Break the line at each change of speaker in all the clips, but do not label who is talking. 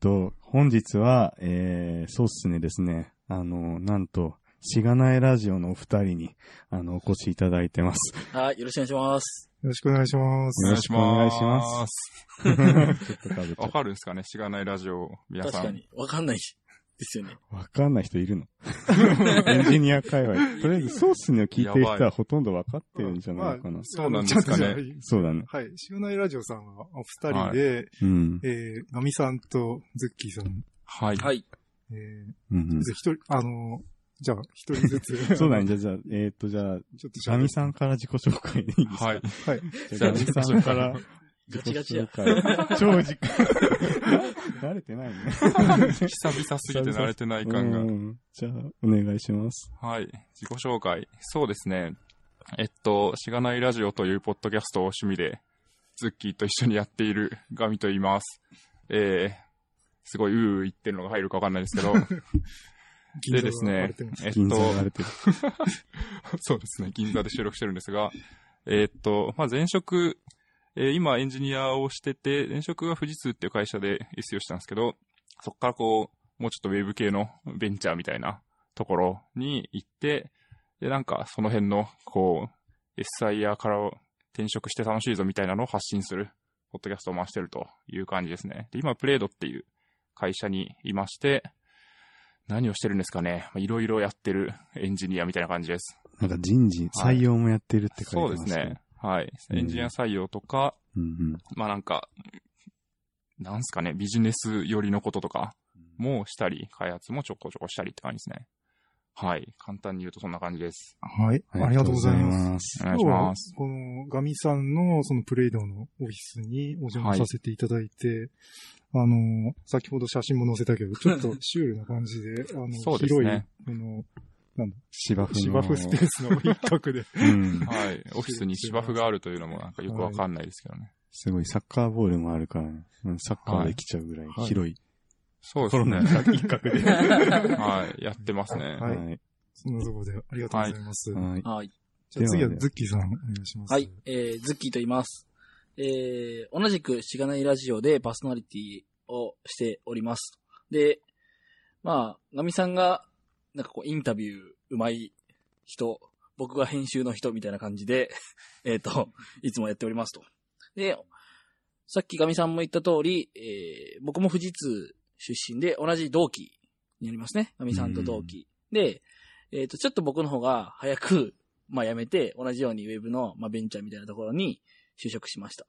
と、本日は、えー、そうっすねですね。あの、なんと、しがないラジオのお二人に、あの、お越しいただいてます。
はい、よろしくお願いします。
よろしくお願いします。
よろしくお願いします
お願いしす。
ちょっとかぶっちゃ
わ
っ
かるんですかねしがないラジオ、皆
確
さ
か
ん。
に、わかんないですよね。
た。わかんない人いるの エンジニア界隈。とりあえず、そうっすねを聞いてる人はほとんどわかってるんじゃないかな。
そうなんですかね
ちょっとじゃ
そうだね。
あはい。しがないラジオさんは、お二人で、
うん。
えー、ナミさんとズッキーさん、
はい。
はい。
え
うん
ー、一人、あのー、じゃあ、一人ず
う
つ。
ん そうだね。じゃあ、じゃあ、えっと、じゃあ、
ちょっと
ジャミさんから自己紹介でいいですか
はい。
はい。
じゃあ、ジャミさんから。
ガチガチや。
超時間。 慣れてないね。
久々すぎて慣れてない感が。
うんじゃあ、お願いします。
はい。自己紹介。そうですね。えっと、しがないラジオというポッドキャストを趣味で、ズッキーと一緒にやっているガミと言います。えー、すごい、うーうー言ってるのが入るかわかんないですけど、でですね
銀座が割れてます、
え
銀
っ
座
と、
慣れてる。
そうですね、銀座で収録してるんですが、えーっと、まあ、前職、えー今エンジニアをしてて、前職は富士通っていう会社で SEO したんですけど、そこからこう、もうちょっとウェブ系のベンチャーみたいなところに行って、で、なんかその辺の、こう、SIR から転職して楽しいぞみたいなのを発信する、ポッドキャストを回してるという感じですね。で、今、プレードっていう会社にいまして、何をしてるんですかね。まあいろいろやってるエンジニアみたいな感じです。
なんか人事、
は
採
い
用もやってるって書
そう
い
で
てますす
ね。。はい。
うん
エンジニア採用とか、
うんうん
まあなんか、なんすかね、ビジネス寄りのこととかもしたり、開発もちょこちょこしたりって感じですね。はい。簡単に言うとそんな感じです。
はい。ありがとうございます。
す
お願いします。
今日はこの、ガミさんの、そのプレイドのオフィスにお邪魔させていただいて、あの、先ほど写真も載せたけど、ちょっとシュールな感じで、あの、
そうです
広い、
ね
この、
芝生の。
芝生スペースの一角で、
うん。
はい。オフィスに芝生があるというのもなんかよくわかんないですけどね。
すごい、サッカーボールもあるからね。うんサッカーできちゃうぐらい
はい
広い。
そうですね。
一角で。 は
はい。やってますね。
はい
い。
そんなところで、ありがとうございます。
はい。
はい。
じゃあ次は
ではね
ズッキーさん、お願いします。
はい。えー、ズッキーと言います。えー、同じくしがないラジオでパーソナリティをしております。で、まあ、ナミさんが、なんかこう、インタビューうまい人、僕が編集の人みたいな感じで、 えっと、いつもやっておりますと。で、さっきガミさんも言った通り、えー、僕も富士通出身で、同じ同期になりますね。ガミさんと同期。で、えっ、と、ちょっと僕の方が早く、まあ辞めて、同じようにウェブの、まあベンチャーみたいなところに就職しました。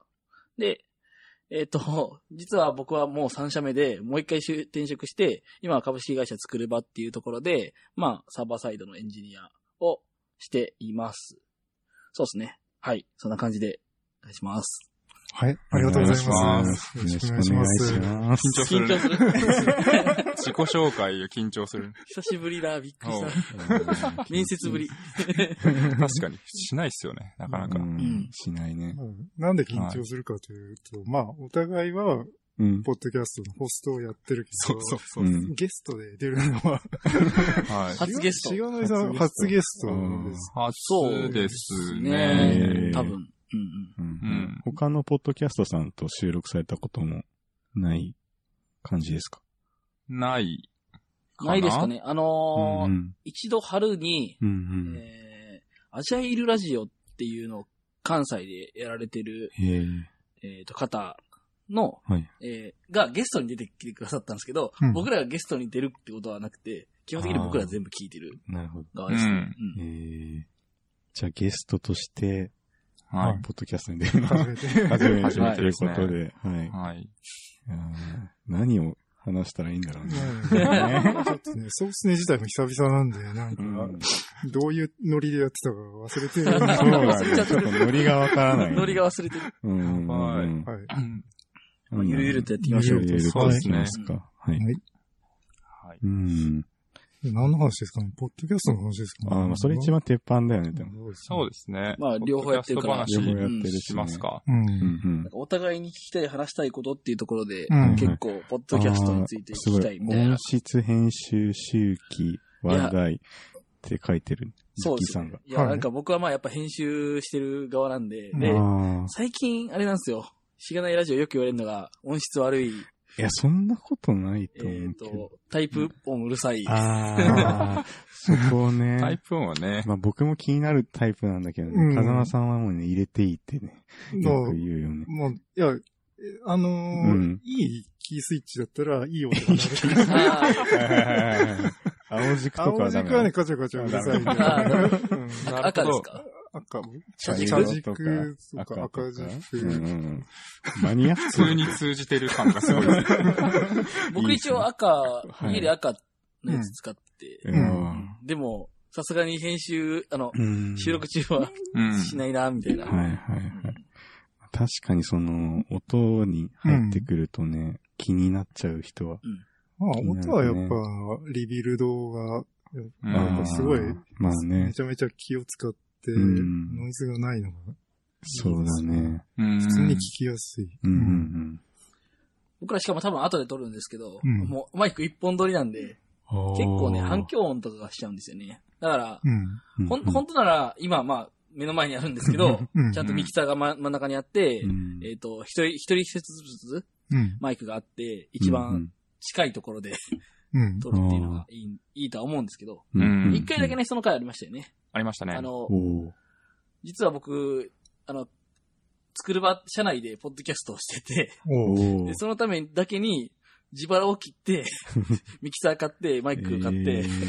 で、えっ、と、実は僕はもう3社目で、もう一回就転職して、今は株式会社作る場っていうところで、まあサーバーサイドのエンジニアをしています。そうですね。はい。そんな感じで、お願いします。
はい。ありがとうござい
お願いし
ま。
ます
よろしくお願いします。
よろしくお願
ます
いし
緊張する
緊張する
自己紹介が緊張する。
久しぶりだ、びっくりし
おう
た。面接ぶり。
確かに。しないっすよね。なかな
う
か。
んしないね。
うんなんで緊張するかというと、まあ、お互いは、
うん。
ポッドキャストのホストをやってるけ
そ
ど、
うそうそうう。
ん
ゲストで出るのは、
はい。
初ゲスト
しがないさん初ゲストです。
初です
そうですね。
ね
多分。うんうん。
う
うんん。
他のポッドキャストさんと収録されたこともない感じですか
ない。
ないですかね。あのー
うん
一度春に、
うんうん
えー、アジャイルラジオっていうのを関西でやられてる、
ええ
えー、と方の、
はい
えー、がゲストに出てきてくださったんですけど、
うん
僕らがゲストに出るってことはなくて、基本的に僕ら全部聞いてる
なるほど。
側ですね。
う
うん
ええじゃあゲストとして、
は
ポッドキャストに出るの
初
は
めて。
初めて
初め
と
て
い
で
う
すね
ことで、はい
い。。はい。
あー何を話したらいいんだろうね。
うんちょっとね、ソースネ自体も久々なんで、なんか、
うん
どういうノリでやってたか忘れてるん
そうだね。ちょっとノリがわからない。
ノリが忘れてる。
うんうんうん
はい。
うん。
ゆるゆるとやっていきましょう。
ゆるゆると
そうですね
やっていきますか。はい。
はい
はい。
うん。
何の話ですかねポッドキャストの話ですか
あ
ね
ーまあ、それ一番鉄板だよね、でも。
そう
う
ですね。
まあ両方やってるから
ポッドキ
両方
ャス
やっ
ト
てる
話しますか。
う。
うんん
なんかお互いに聞きたい、話したいことっていうところで、
うん
結構、ポッドキャストについて聞きたいみたい
音
な。
質編集周期話題って書いてる。
そうで
ズッキーさ
すね
んが。。
いや、
はい
なんか僕はまあやっぱ編集してる側なんで、で
う、
あ
最近あれなんですよ。しがないラジオよく言われるのが、音質悪い
いや、そんなことない
えっ
と思、うけど。
と、タイプ音うるさい。
ああ、そこ
タイ
ね。
プ音はね、
まあ僕も気になるタイプなんだけど
う
ね。
ん
風間さんはもうね、入れていいってね、よく
ま
言うよね。
あ、まあ、いや、えあのー
うん
いいキースイッチだったら、いい音が鳴る。
あ
青軸とか
青
はダメ
軸はね、カチャカチャうるさいんで。
ダメ
うん
ー
なる
赤
ほ
です
ど。
か
赤、
茶
茶
軸
軸
と
と
か
か赤軸。
うんうんマニアッ
普
ク
通に通じてる感がすごい ですね。
僕一応赤、
い
家で赤のやつ使って、
うんうん
でも、さすがに編集、あの、
うん
収録中は
うん。
しないな、みたいな。
はいはいはい。確かにその、音に入ってくるとね、気になっちゃう人は。
まあ、
気になるね
音はやっぱ、リビルドが、
うん
なんかすごい
あー、まあ
め
ね、
ちゃめちゃ気を使って、
うん
ノイズがないのが、
そうだね。
うん
普通に聞きやすい。
うんうん
僕らしかも多分後で撮るんですけど、
うん
もうマイク一本撮りなんで、
うん。
結構ね、反響音とかがしちゃうんですよね。だから、
うん。
ほん、
ん
本当なら、今、まあ、目の前にあるんですけど、
うん
ちゃんとミキサーが真真ん中にあって、
うん
えっ、と、一人、一人一つずつ
うん。
マイクがあって、一番近いところで
うん。
撮るっていうのがいい、いいとは思うんですけど、
うんうんうん
一回だけね、その回ありましたよね。
ありましたね。
あの、
おー
実は僕、あの、作る場、社内でポッドキャストをしてて、
おう
お
で
ー
そのためだけに、自腹を切 って、ミキサー買って、マイク買っ
え
て、
ー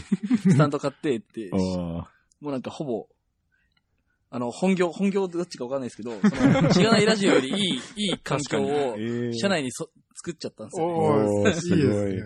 スタンド買ってって、
あ
もうなんかほぼ、あの、本業、本業どっちかわかんないですけど、その、しがないラジオよりいい、 いい環境を
ー、えー
社内にそ作っちゃったんですよ、ね。
お
おー
ーいいです
すごい
ね。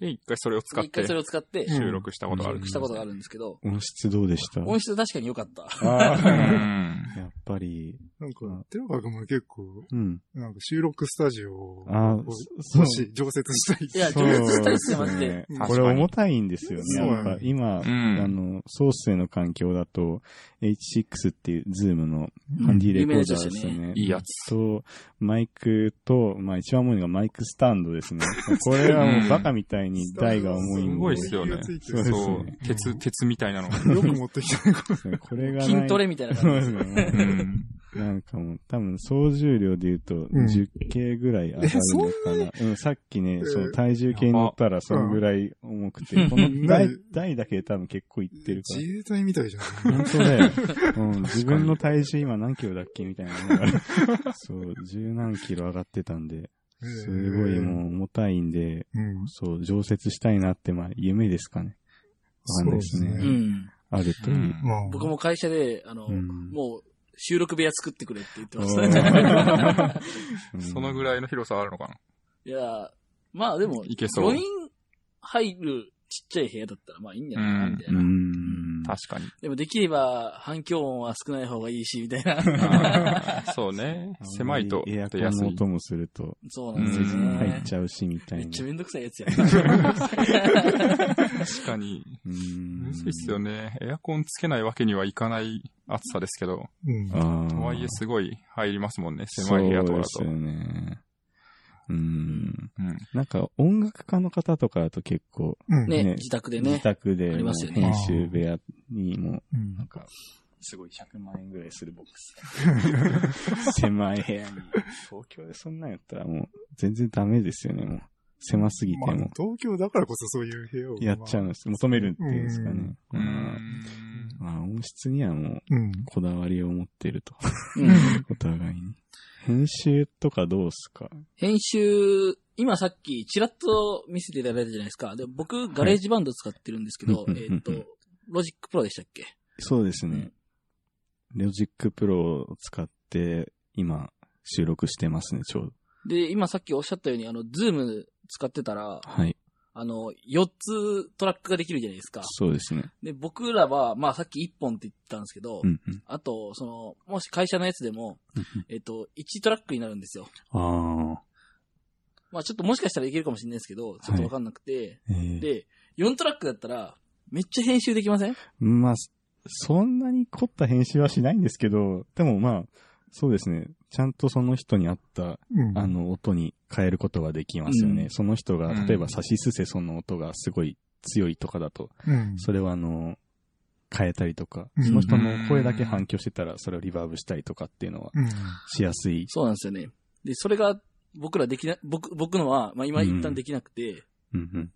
で、一回それを使っ
一回
て
それを使って、
うん
収録したことがあ
収
る
録。したことがあるんですけど、
音質どうでした
音質確かに良かった。
あ
う
ー
ん。
やっぱり、
なんか、テオガ君も結構、
うん。
なんか収録スタジオを、
あ
こう
そ
少し常設したい。
い や
そ
上
う
手したいっすよ
ですね
マジ
こ
で
れ重たいんですよ
そう
ね。やっぱ今、
うん
あの、ソースへの環境だと、H6 っていうズームの
うん
ハンディレ
有
コ
名な
ー
や
ダ
つで
ー
し
で
た
す
ね。
ね。
いいや
つ。と、マイクと、まあ一番重いのがマイクスタンドですね。これはもうバカみたいに台が重いんで。
すごいっすよね
火がついて
そう
る
ですね
そう、鉄、鉄みた いなの。
よく持ってきたね。
これがない。
筋トレみたいな
そう
感
です
じで
ね。
う
もう
ん。
なんかもう、多分総重量で言うと、
ん
10K ぐらい上がるのかな。うん、さっきね、
ー
その体重計に乗ったらそのぐらい重くて、
うん
この台
うん、
台だけで多分結構いってるから。
自衛隊みたいじゃん。
本当 だよ。うん、自分の体重今何キロだっけみたいなの が。そう、十何キロ上がってたんで、すごいもう重たいんで、
うん。
そう、常設したいなって、まあ、夢ですかね。わかんないですね。
そうです
う
ね
ん。
あると
う
いう。
ん。
まあ、
僕も会社で、あの、
うん
もう、収録部屋作ってくれって言って
お
ました。
ー
そのぐらいの広さあるのか
いや、まあでも、
いけそう
4人入るちっちゃい部屋だったら、まあいいんじゃないかな、みたいうな。
ん。
な確か に。
でもできれば、反響音は少ない方がいいし、みたいな。
あーそうね。狭いと
エアコ
出
ン
やす
の
い。
音もすると、
そうなんですよ
入
ね
っ。ちゃうし、みた
め
い
っちゃ
な。
めんどくさいやつや。う
確かに。
うん
むずいっすよね。エアコンつけないわけにはいかない暑さですけど、
うん。
ああ。
とはいえすごい入りますもんね。狭い部屋とかだと。
そうですよね。うん。
うん。
なんか音楽家の方とかだと結構、
うん。
ね
ね
自宅でね
自。宅で
あり
も
ます
う
よね
編集部屋にも、
うん
なんか、すごい100万円ぐらいするボックス。 狭い部屋に。東京でそんなんやったらもう全然ダメですよね、もう。狭すぎて
まあ
も。
東京だからこそそういう部屋を。
やっちゃうんです。求めるっていうんですかね。
う
うん
ん。
まあ音質にはもう
まあうん。
こだわりを持ってると。
うん
お互いに。編集とかどうっすか
編集、今さっきちらっと見せていただいたじゃないですか。で僕、ガレージバンド使ってるんですけど、
はい
えっと、ロジックプロでしたっけ
そうですね。ロジックプロを使って、今、収録してますね、ちょうど。
で、今さっきおっしゃったように、あの、ズーム使ってたら、
はい。
あの、4つトラックができるじゃないですか。
そうですね。
で、僕らは、まあさっき1本って言ったんですけど、
うんうん。
あと、その、もし会社のやつでも、えっと、1トラックになるんですよ。
ああ。
まあちょっともしかしたらいけるかもしれないですけど、ちょっとわかんなくて、
えー
で、4トラックだったら、めっちゃ編集できません
まあ、そそんなに凝った編集はしないんですけど、でもまあ、そうですね。ちゃんとその人に合った、
うん。
あの、音に変えることはできますよね。
うん
その人が
う、ん
例えば、サシスセソの音がすごい強いとかだと、
うん。
それはあの、変えたりとか、
うん
その人の声だけ反響してたら、それをリバーブしたりとかっていうのは
うん。
しやすい。
そうなんですよね。で、それが僕らできな、僕、僕のは、まあ今一旦できなくて、
うん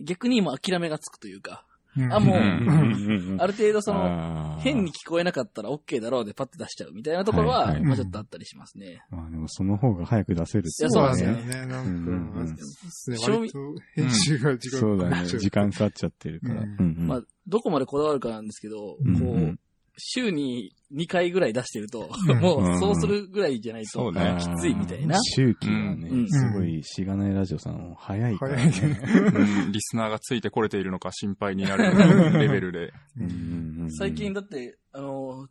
逆に今諦めがつくというか、
うん
あ、もう、
うんうん
ある程度その、
の
変に聞こえなかったら OK だろうでパッて出しちゃうみたいなところは、
はいはい
まあちょっとあったりしますね。
まあでもその方が早く出せるって
いや
こと
そう
は
なんですよね
ね。な
うんうんうんん
か、そうですね。
賞味
割と編集が時間
そうだ
かか
ね。
っちゃう
時間かかっちゃってるから。
うん
うんうん
まあ、どこまでこだわるかなんですけど、
うん
こ
うん
う、週に2回ぐらい出してると、
うん
もうそうするぐらいじゃない
そ
と、
う
き
ね
ついみたいな。
周期がね、
うん
すごい、しがないラジオさんも早いから
早
ね。
いね
うんリスナーがついてこれているのか心配になるレベルで。
うんうんうん
最近だって、あの、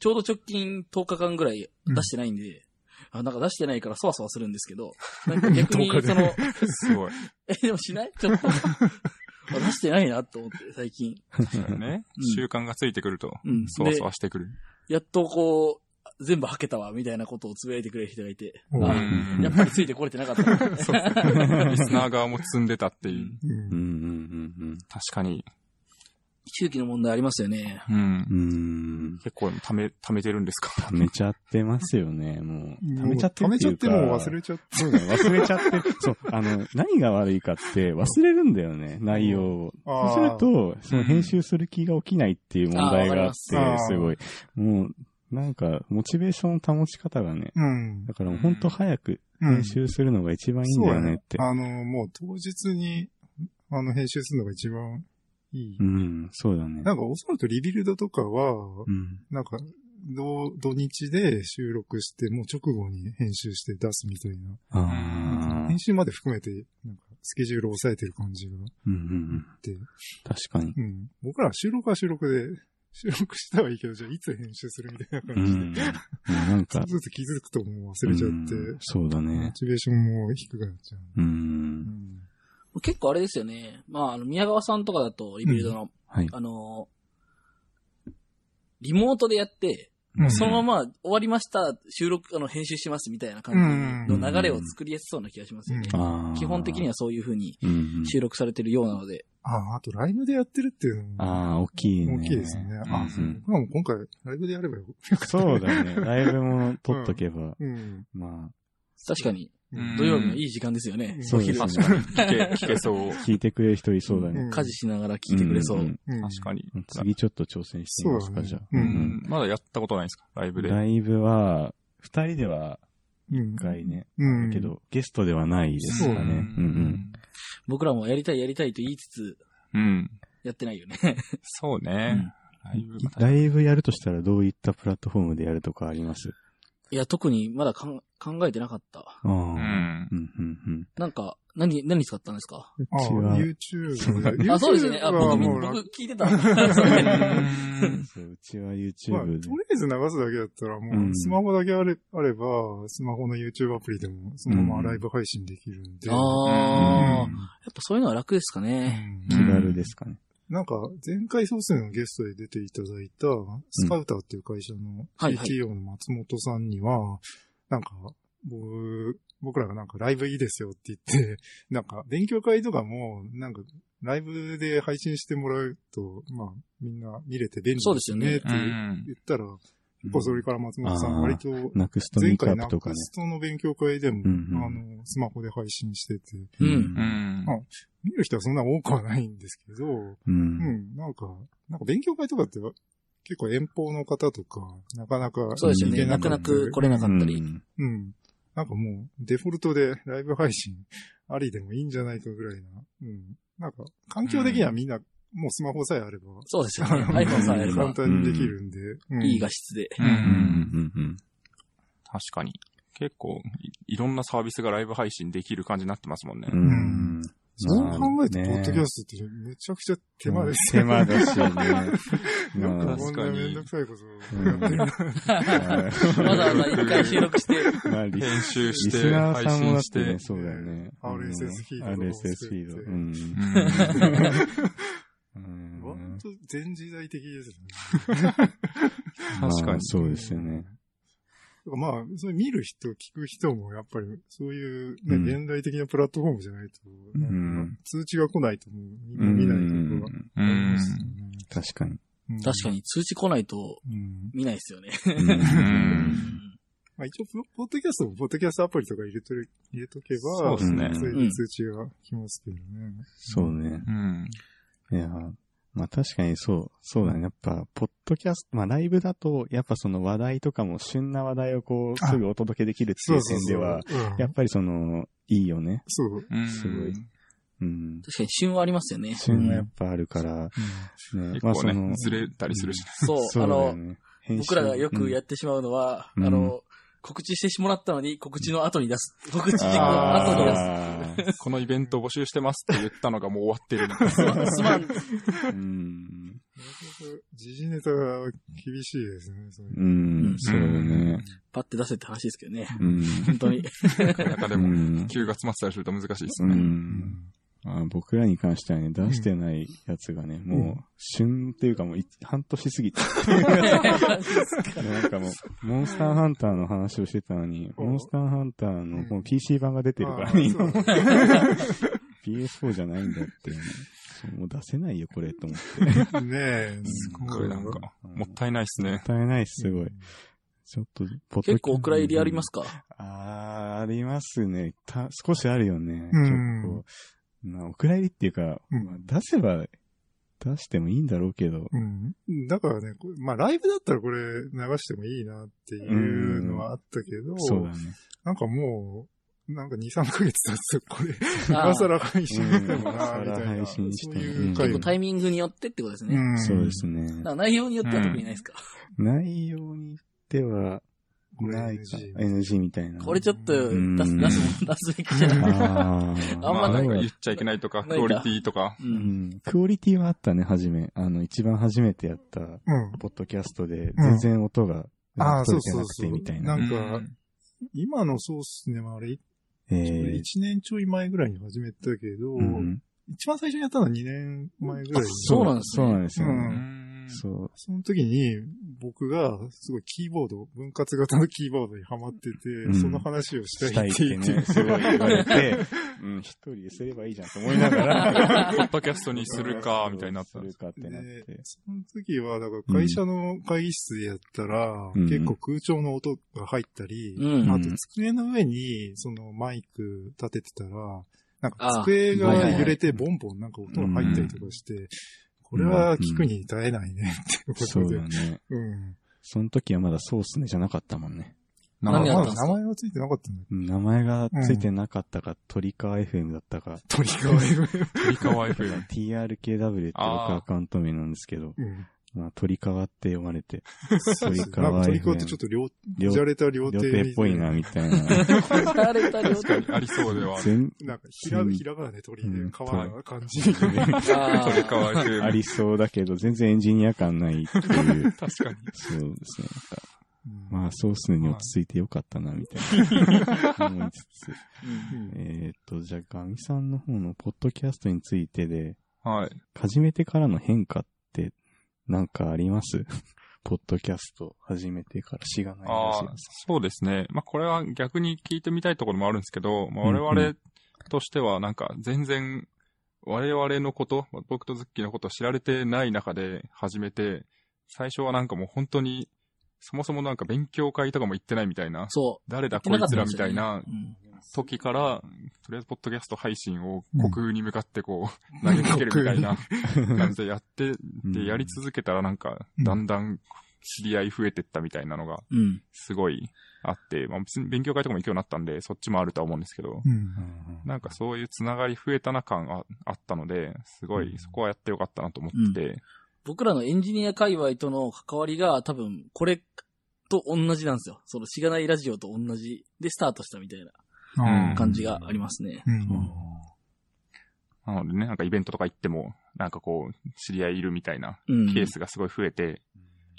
ちょうど直近10日間ぐらい出してないんで、あなんか出してないからそわそわするんですけど、なんか逆に
10日で
その、
すごい。
え、でもしないちょっと。あ出してないなと思って、最近。
確かにね
うん。
習慣がついてくると、
うん。
そわ
で
そわしてくる。
やっとこう、全部吐けたわ、みたいなことをつぶやいてくれる人がいて、
うん
あ
うん
やっぱりついてこれてなかったな。
そうリスナー側も積んでたっていう。
う
うん
ん
うんうん
確かに。
周期の問題ありますよね。
うん
う。ん。うーん。
結構、ため、ためてるんですか
溜めちゃってますよね、も う。溜
もう
めちゃってっていうか。
溜めちゃってもう忘れちゃって。
そうだね、忘れちゃって。 そう、あの、何が悪いかって忘れるんだよね、内容を。
あ
そうすると、その編集する気が起きないっていう問題があって、
あ
ーわかります
すごい。もう、なんか、モチベーションの保ち方がね、
うん。
だからもうほんと早く
うん
編集するのが一番いいん
そう
だ
だ
よねっ
ね
て。。
あの、もう当日に、あの、編集するのが一番いい。
うん、そうだね
な。んか、おそらくリビルドとかは、
うん。
なんか、土土日で収録して、もう直後に編集して出すみたいな。
ああ
編。集まで含めて、なんか、スケジュールを抑えてる感じがあ
うんうんうん。
って。
確かに。
うん。僕らは収録は収録で、収録したはいいけど、じゃあいつ編集するみたいな
う
感じで。
ん。なん
ち
か
ょっと、ずつ気づくともう 忘れちゃって、
うんそうだ
モ
ね。
チベーションも低くなっちゃう。
う。
うんん。
結構あれですよね。まあ、あの、宮川さんとかだと、リビルドの、
はい。
あの、リモートでやって、
うん
そのまま終わりました、収録、あの、編集しますみたいな感じの流れを作りやすそうな気がしますよね。
うん
ああ。
基本的に
は、
はそういう風に
うん。
収録されてるようなので、
ああ、あとライブでやってるっていうのも、
ああ、大きいね。
大きいですね。あ
う、ん。
僕らも今回ライブでやればよかった。
そうだね。ライブも撮っとけば、
うん。
まあ、
確かに
うん
土曜日のいい時間ですよね。
うん
そうです
お
ね
昼。
聞け、聞けそう。
聞いてくれる人いそうだ
う
ね
ん。
家事しながら聞いてくれそう。
んん
うん
確かに。
うん次ちょっと挑戦してみますか、
そうだね
じゃあ。
う
うんん。まだやったことないんですかライブで。
ライブは、二人では
うん
一。回ね、
うん
だけど、ゲストではないですからね。
う
うん
ん
僕らもやりたいやりたいと言いつつ、
うん。
やってないよね。
そうね。ライブ
うん。ライブやるとしたらどういったプラットフォームでやるとかあります
いや、特にまだかん考えてなかった。
ああ。う、
うんん。
うん、うん。
なんか、何、何使ったんですか
う
ああ
ちは、
YouTube で。
あ、そうですよね。あ、僕、
もう
僕
楽、
聞いてた。それ
うん
そううちは
まあ、と
YouTube で。
りあえず流すだけだったら、
う
もう、
ん
スマホだけあれ,、あれば、スマホの YouTube アプリでも、そのままライブ配信できるんで。
ああ、やっ
うん
ぱそういうのは楽ですかね。
気
うん
軽ですかね。
なんか、前回総数のゲストで出ていただいた、スカウターっていう会社の
はいはい
CTO の松本さんには、なんか、僕、僕らがなんかライブいいですよって言って、 なんか勉強会とかも、なんかライブで配信してもらうと、まあみんな見れて便利
そうですよね
って
うん
言ったら、結構それから松本さん割と、
ナクストミ
前
ートア
回
ッ
ナ
プと
ッ
か
ク
ね。
ストの勉強会でも、
うんうん
あの、スマホで配信してて、
うん
うん。
見る人はそんな多くはないんですけど、
う。
うんん、なんか、なんか勉強会とかって結構遠方の方とか、なかなか
そうですよ
行け
ね。
な
泣く
くな
泣
く
く来れなかったり。
うん
うん。なんかもう、デフォルトでライブ配信ありでもいいんじゃないかぐらいな。うん。なんか、環境的にはみんな、もうスマホさえあれば、
そうですよ
あ
ね。
の
iPhone さんやれば
簡、単にできるんで、うん
いい画質で。
う。
うんんうん
確かに。結構い、いろんなサービスがライブ配信できる感じになってますもんね
う。ん。
そう考えて、
まあ
ポ
ね
ッドキャストってむちゃくちゃ手間です
手
よね。
間だしね。
よく
まあ
こんなめんどくさいこと
う
を
ん
やってる。
わざわざ一回収録して、
まあ、リス
編集
リ
し
ス
て、
ナ
配
ーさんもだ
信
っ
して
ね、
て。
そうだよね。
RSS フ
うん
ィードとかを
RSS
作
フ
っ
ィ
て
ード。うんうん
本当全時代的ですね。
確か
まあ
に。
そうですよね。
まあ、それ見る人、聞く人も、やっぱり、そういう、ね、
うん
現代的なプラットフォームじゃないと、
ん
なんか通知が来ないと、もう、み
うん
な見
んう
ないところは
ん
う
あり
ん
ま。すよね。
確かに。
うん
確か。に通知来ないと
うん。
見ないですよね。
うん
うん
まあ一応ポ、ポッドキャストも、ポッドキャストアプリとか入れとる、入れとけば、
そうですね。
それで通知が来ますけどね。
そうね。
うん。
いやー、まあ確かにそう、そうだね。やっぱ、ポッドキャスト、まあライブだと、やっぱその話題とかも、旬な話題をこう、
あ
すぐお届けできるって
そ
いうう
そう
点
そう。
では、
うん
やっぱりその、いいよね。
そう。うん
うん
すごいうん。
確かに旬はありますよね。
旬はやっぱあるから、ね
結
まあ
構
その
ね、、ずれたりするしね。
そう、
そう
あ
だよ
の、
ね。
僕らがよくや
っ
ってしまうのは、
うん
あの、告知してもらったのに、告知の後に出す。告知事項の
あー
後に出す。
後
このイベント募集してますって言ったのがもう終わってるの。
すまん、すまん。
うん。
時事ネタが厳しいですね。そういう
うん、そうだね。
パッて出せって話ですけどね。
うん。
本当に。
なかなかで
う
も、
ん
9月末たりすると難しいです
う
ね。
ん。あ僕らに関してはね、出してないやつがね、もう、旬っていうかもうい、半年過ぎて。なんかもう、モンスターハンターの話をしてたのに、
うん
モンスターハンターのこ
う
の
ん
PC 版が出てるから
あー
ね、今
そう
PS4 じゃないんだっていうね。そうもう出せないよ、これ、と思って。
ねえ、す
すごいなんか、
うん
もったいないです
も
ね
っ。たいない、すごい。ちょっと、ポッドキャ
結構お蔵入りありますか
あー、ありますね。た、少しあるよね。
うん
結構。まあ、お蔵入りっていうか、
うん
まあ出せば、出してもいいんだろうけど。
うん。だからね、これまあライブだったらこれ流してもいいなっていうのはあったけど、
そうだね。
なんかもう、なんか2、3ヶ月経つとこれ、
あ
今
ー
更配信してもな、
う
みたい
ん今更
な。
配信して
そ
も
ういう
結
回
構タイミングによってってことですね。
ん
そうですね。
だから内容によっては特にないですか。
内容にでは、
これ
ないか。
NG
NG みたいな。
これちょっと出す、
うん
出すもん、出すべきじゃない。
あー
あん
ま
ま
あ
な
なん
い
か
う
言っちゃいけないとか、
ない
ク
か
オリティとか。
う。
うんん。クオリティはあったね、初め。あの、一番初めてやった、
うん。
ポッドキャストで、全然音が、
あー
取れて
そう
な
そ
くて
うそう
みたい
うん
な。
なんか今のそうっすね、まああれ、
え
1
ー
年ちょい前ぐらいに始めたけど、
うん
一番最初にやったのは2年前ぐらいに。
そうなんですね
そうなんですよね。
うん
うん
そう。
その時に、僕が、すごいキーボード、分割型のキーボードにハマってて、
ん
その話をし
したた
い
い
っ
ってて
言って、
ね、すごい言われて、うん、一人ですればいいじゃんと思いながら、
ポッドキャストにするか、みたいになった
す
んで
る
す。
かってなっ
で
て。
その時は、だから会社の会議室でやったら、
うん
結構空調の音が入ったり、
うん
あと机の上に、そのマイク立ててたら、なん
あ
か
あ
机が
はいはいはい
揺れてボンボンなんか音が入ったりとかして、これは聞くに耐えないねって
そ
こと
う
で。
だね。
うん。
その時はまだソースねじゃなかったもんね。
な
ま
ん
あ
何や
か
った
ま
んです
だ
か
名前はついてなかったんだ
名前がついてなかったか、鳥川 FM だったか、
けど。鳥 川 FM。
鳥川 FM。
TRKW って僕
あー
アカウント名なんですけど、
うん。
まあ鳥川って読まれて、
そうですねなんか鳥川ってちょっと両、
両
じゃれた両
両
手
手っぽいな、みたいな。
あれだよ
確かにありそうではある。
全
なんか、ひら、
うん
ひらがなで鳥で
うん、
川な感じ。
あー
鳥川 FM。
ありそうだけど、全然エンジニア感 ないっていう。
確かに。
そうですね。
あ、
まあ、ソースに落ち着いてよかったな、みたい な。思いつつ。えーっと、じゃあ、ガミさんの方のポッドキャストについてで、
はい。
始めてからの変化って、なんかあります ポッドキャスト始めてからしがない
あ
話
あ、そうですね。まあ、これは逆に聞いてみたいところもあるんですけど、まあ、我々としてはなんか全然、我々のこと、まあ僕とズッキーのことを知られてない中で始めて、最初はなんかもう本当に、そもそもなんか勉強会とかも行ってないみたいな、
そ
誰だ
う。
こいつらみたいな
うん
時から、とりあえずポッドキャスト配信を虚空に向かってこう、投げかけるみたいな感じでやって、
うん
で、やり続けたらなんか、だんだん知り合い増えてったみたいなのが
うん。
すごいあって、まあ、別に勉強会とかも行くようになったんで、そっちもあるとは思うんですけど、
うん
う。ん
なんかそういうつながり増えたな感があったので、すご
う
い
ん
そこはやってよかったなと思ってて、
僕らのエンジニア界隈との関わりが多分これと同じなんですよ。そのしがないラジオと同じでスタートしたみたい
うん
な感じがありますね。
う
うん
ん。
なのでね、なんかイベントとか行っても、なんかこう、知り合いいるみたいな
うん。
ケースがすごい増えて、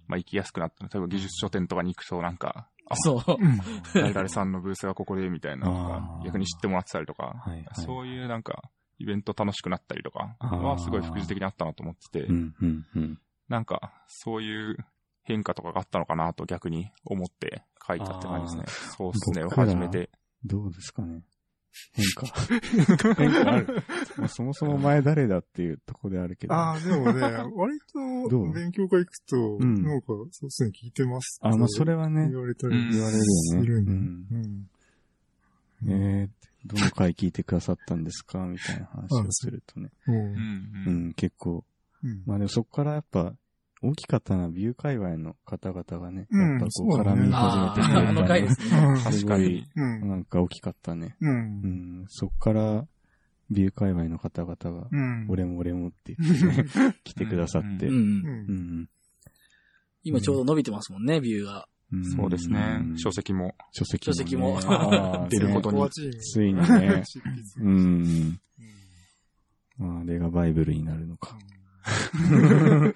まあ行きやすくなったの。例えば技術書店とかに行くとなんか、あ、
そう。
うん
誰々さんのブースがここでみたいなの
あ
が
ー
逆に知ってもらってたりとか、
はい、はい。
そういうなんか、イベント楽しくなったりとか
あー
はすごい副次的にあったなと思ってて、
うん、うん、うん。
なんか、そういう変化とかがあったのかなと逆に思って書いたって感じですね。そうですね。
僕ら
初めて。
どうですかね。変化。変化ある。まあ、そもそも前誰だっていうとこであるけど。
ああ、でもね、割
ど
と
う、
勉強会行くと、
うん
なんか、そうですね、聞いてます。
あまあそれはね
言われたり
言われるよね
するんで。
うん
うん。
えー、どの回聞いてくださったんですかみたいな話をするとね。
う。
うんん。
う
うん。
ん、結構。
うん
まあでもそこからやっぱ、大きかったのはビュー界隈の方々がね、
うん
やっぱこ
そうう
絡
だね
み
あ
始
あ
めて
ー、
く
あ
れ
の
た
回
のが
ですね。
確かに。
うん。
なんか大きかったね。
うん。
う
うん。
ん、そこから、ビュー界隈の方々が、
うん。
俺も俺もって言って、来てくださって。
う
うん
ん
う。ん。
今ちょうど伸びてますもんね、ビューが。
うん
そうですね。書。籍も。
書籍
書籍も
ねあー
出ることに
コアチーム
ついにね
執筆
う。ん。
う
まあ、あれがバイブルになるのか。
確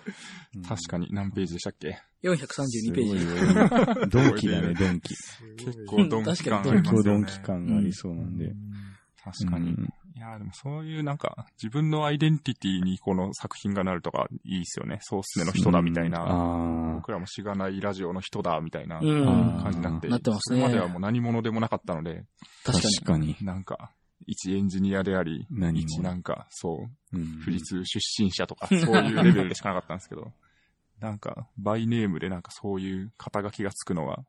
かに。何ページでしたっけ
432ペー
ジ。
ジ。
ドンキだね、ドンキ。
ん
結
すごい
構ドンキ
結
感ありますよね。
構ドンキ感がありそうなんで。
確かに。
うん
いやーでもそういうなんか、自分のアイデンティティにこの作品がなるとかいいですよね。ソースネの人だみたいな。
あ
僕らもしがないラジオの人だみたいな
う
感
ん。
じになって。
なってますね
それまではもう何者でもなかったので、
あ、
確か
確かに。
なんか、一エンジニアであり、
何
一
も
な。んか、そう、
うん
富士通出身者 とか、そういうレベルでしかなかったんですけど、なんか、バイネームでなんかそういう肩書きがつくのは、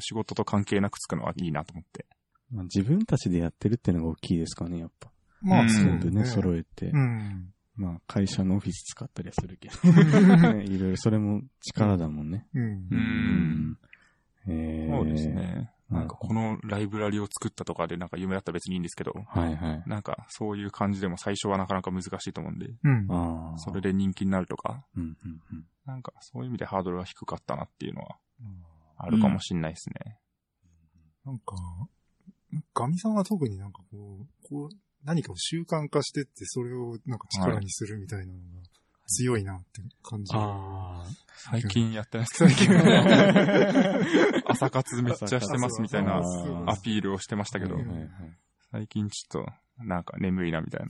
仕事と関係なくつくのはいいなと思って。
まあ自分たちでやってるってのが大きいですかね、やっぱ。
ま
う
あ、
ん
そう
全部ね、揃えて
う。ん。
まあ、会社のオフィス使ったりはする けど。ねいろいろ、それも力だもんね。
うん
う。ん
うん。えー
そうです。ね。なんかこのライブラリを作ったとかでなんか夢だったら別にいいんですけど、
はいはい。
なんかそういう感じでも最初はなかなか難しいと思うんで、
うん。
ああ。
それで人気になるとか、
うんうんうん。
なんかそういう意味でハードルが低かったなっていうのはあるかもしんないですね。
なんか、ガミさんは特になんかこう、こう、何かを習慣化してって、それをなんか力にするみたいなのが強いなって感じる。
ああ。
最近やってないですけど、朝活 めっちゃしてますみたいな
朝活
アピールをしてましたけど
はい、はいはい
最近ちょっと、なんか眠いなみ たい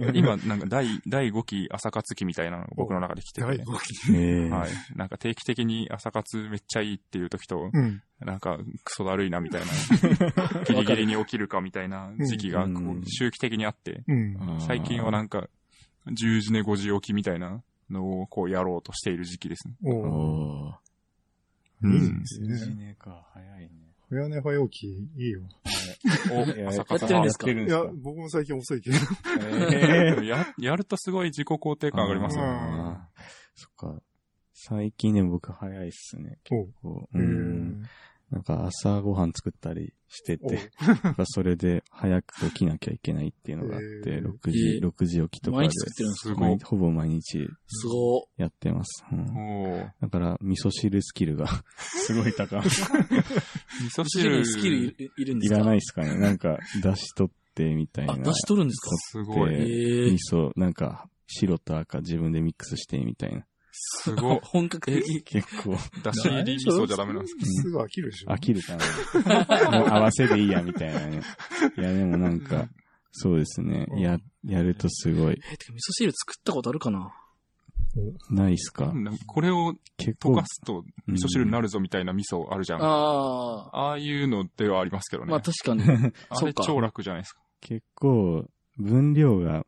な。今、なんか第、第5期朝活期みたいなのが僕の中で来て
第
て
5。期。
ええ。
はい。なんか定期的に朝活めっちゃいいっていう時と、
うん。
なんかクソだるいなみたいな、ギリギリに起きるかみたいな時期がこ
うん
う周期的にあって、
うん。
最近はなんか10時寝5時起きみたいなのをこうやろうとしている時期ですね。
お
おう
お
うん
いいです
ー。
ね。
ねか、早いね。
早寝早起き、いいよ。
お、
朝
やっ
活
てるんですか
やってるん
い
です
や
か、
僕も最近遅いけど。
ええ
ややるとすごい自己肯定感上がりますよ
う
ね。
ん
あーそっか。最近ね、僕早いっすね。
おう。
こう、
う
うん。
ん。
なんか朝ご飯作ったりして
おう
て、やっぱそれで早く起きなきゃいけないっていうのがあっ
へ
て、
ー
6時、6時起きとかで。
毎日作ってるんです
か
毎ほぼ毎日
すご
やってます。うん
おー
だから、味噌汁スキ ルが、すごい高い。
味噌
い。
汁。
スキルいるいるんで
い
すから
ないっすかね。なんか、出し取ってみたいな。
あ、出し取るんですか
すご
え
い。
え
味
え。
噌、なんか、白と赤自分でミックスしてみたいな。
すごい。
本格的。
結 構、
だし入り味噌じゃダメなんですか
すぐ飽きるでしょ
飽きるかな。もう合わせでいいや、みたいな ね。いや、でもなんか、そうですね。や、やるとすごい。
え、てか味噌汁作ったことあるかな
ないっすか
なんかこれを
結
溶
構
か、すと味噌汁になるぞみたいな味噌あるじゃん。あ
あ
あいうのではありますけど
あ。
ね。
まあ確 かに。
あれ超楽じゃないですか。
結構、分量が、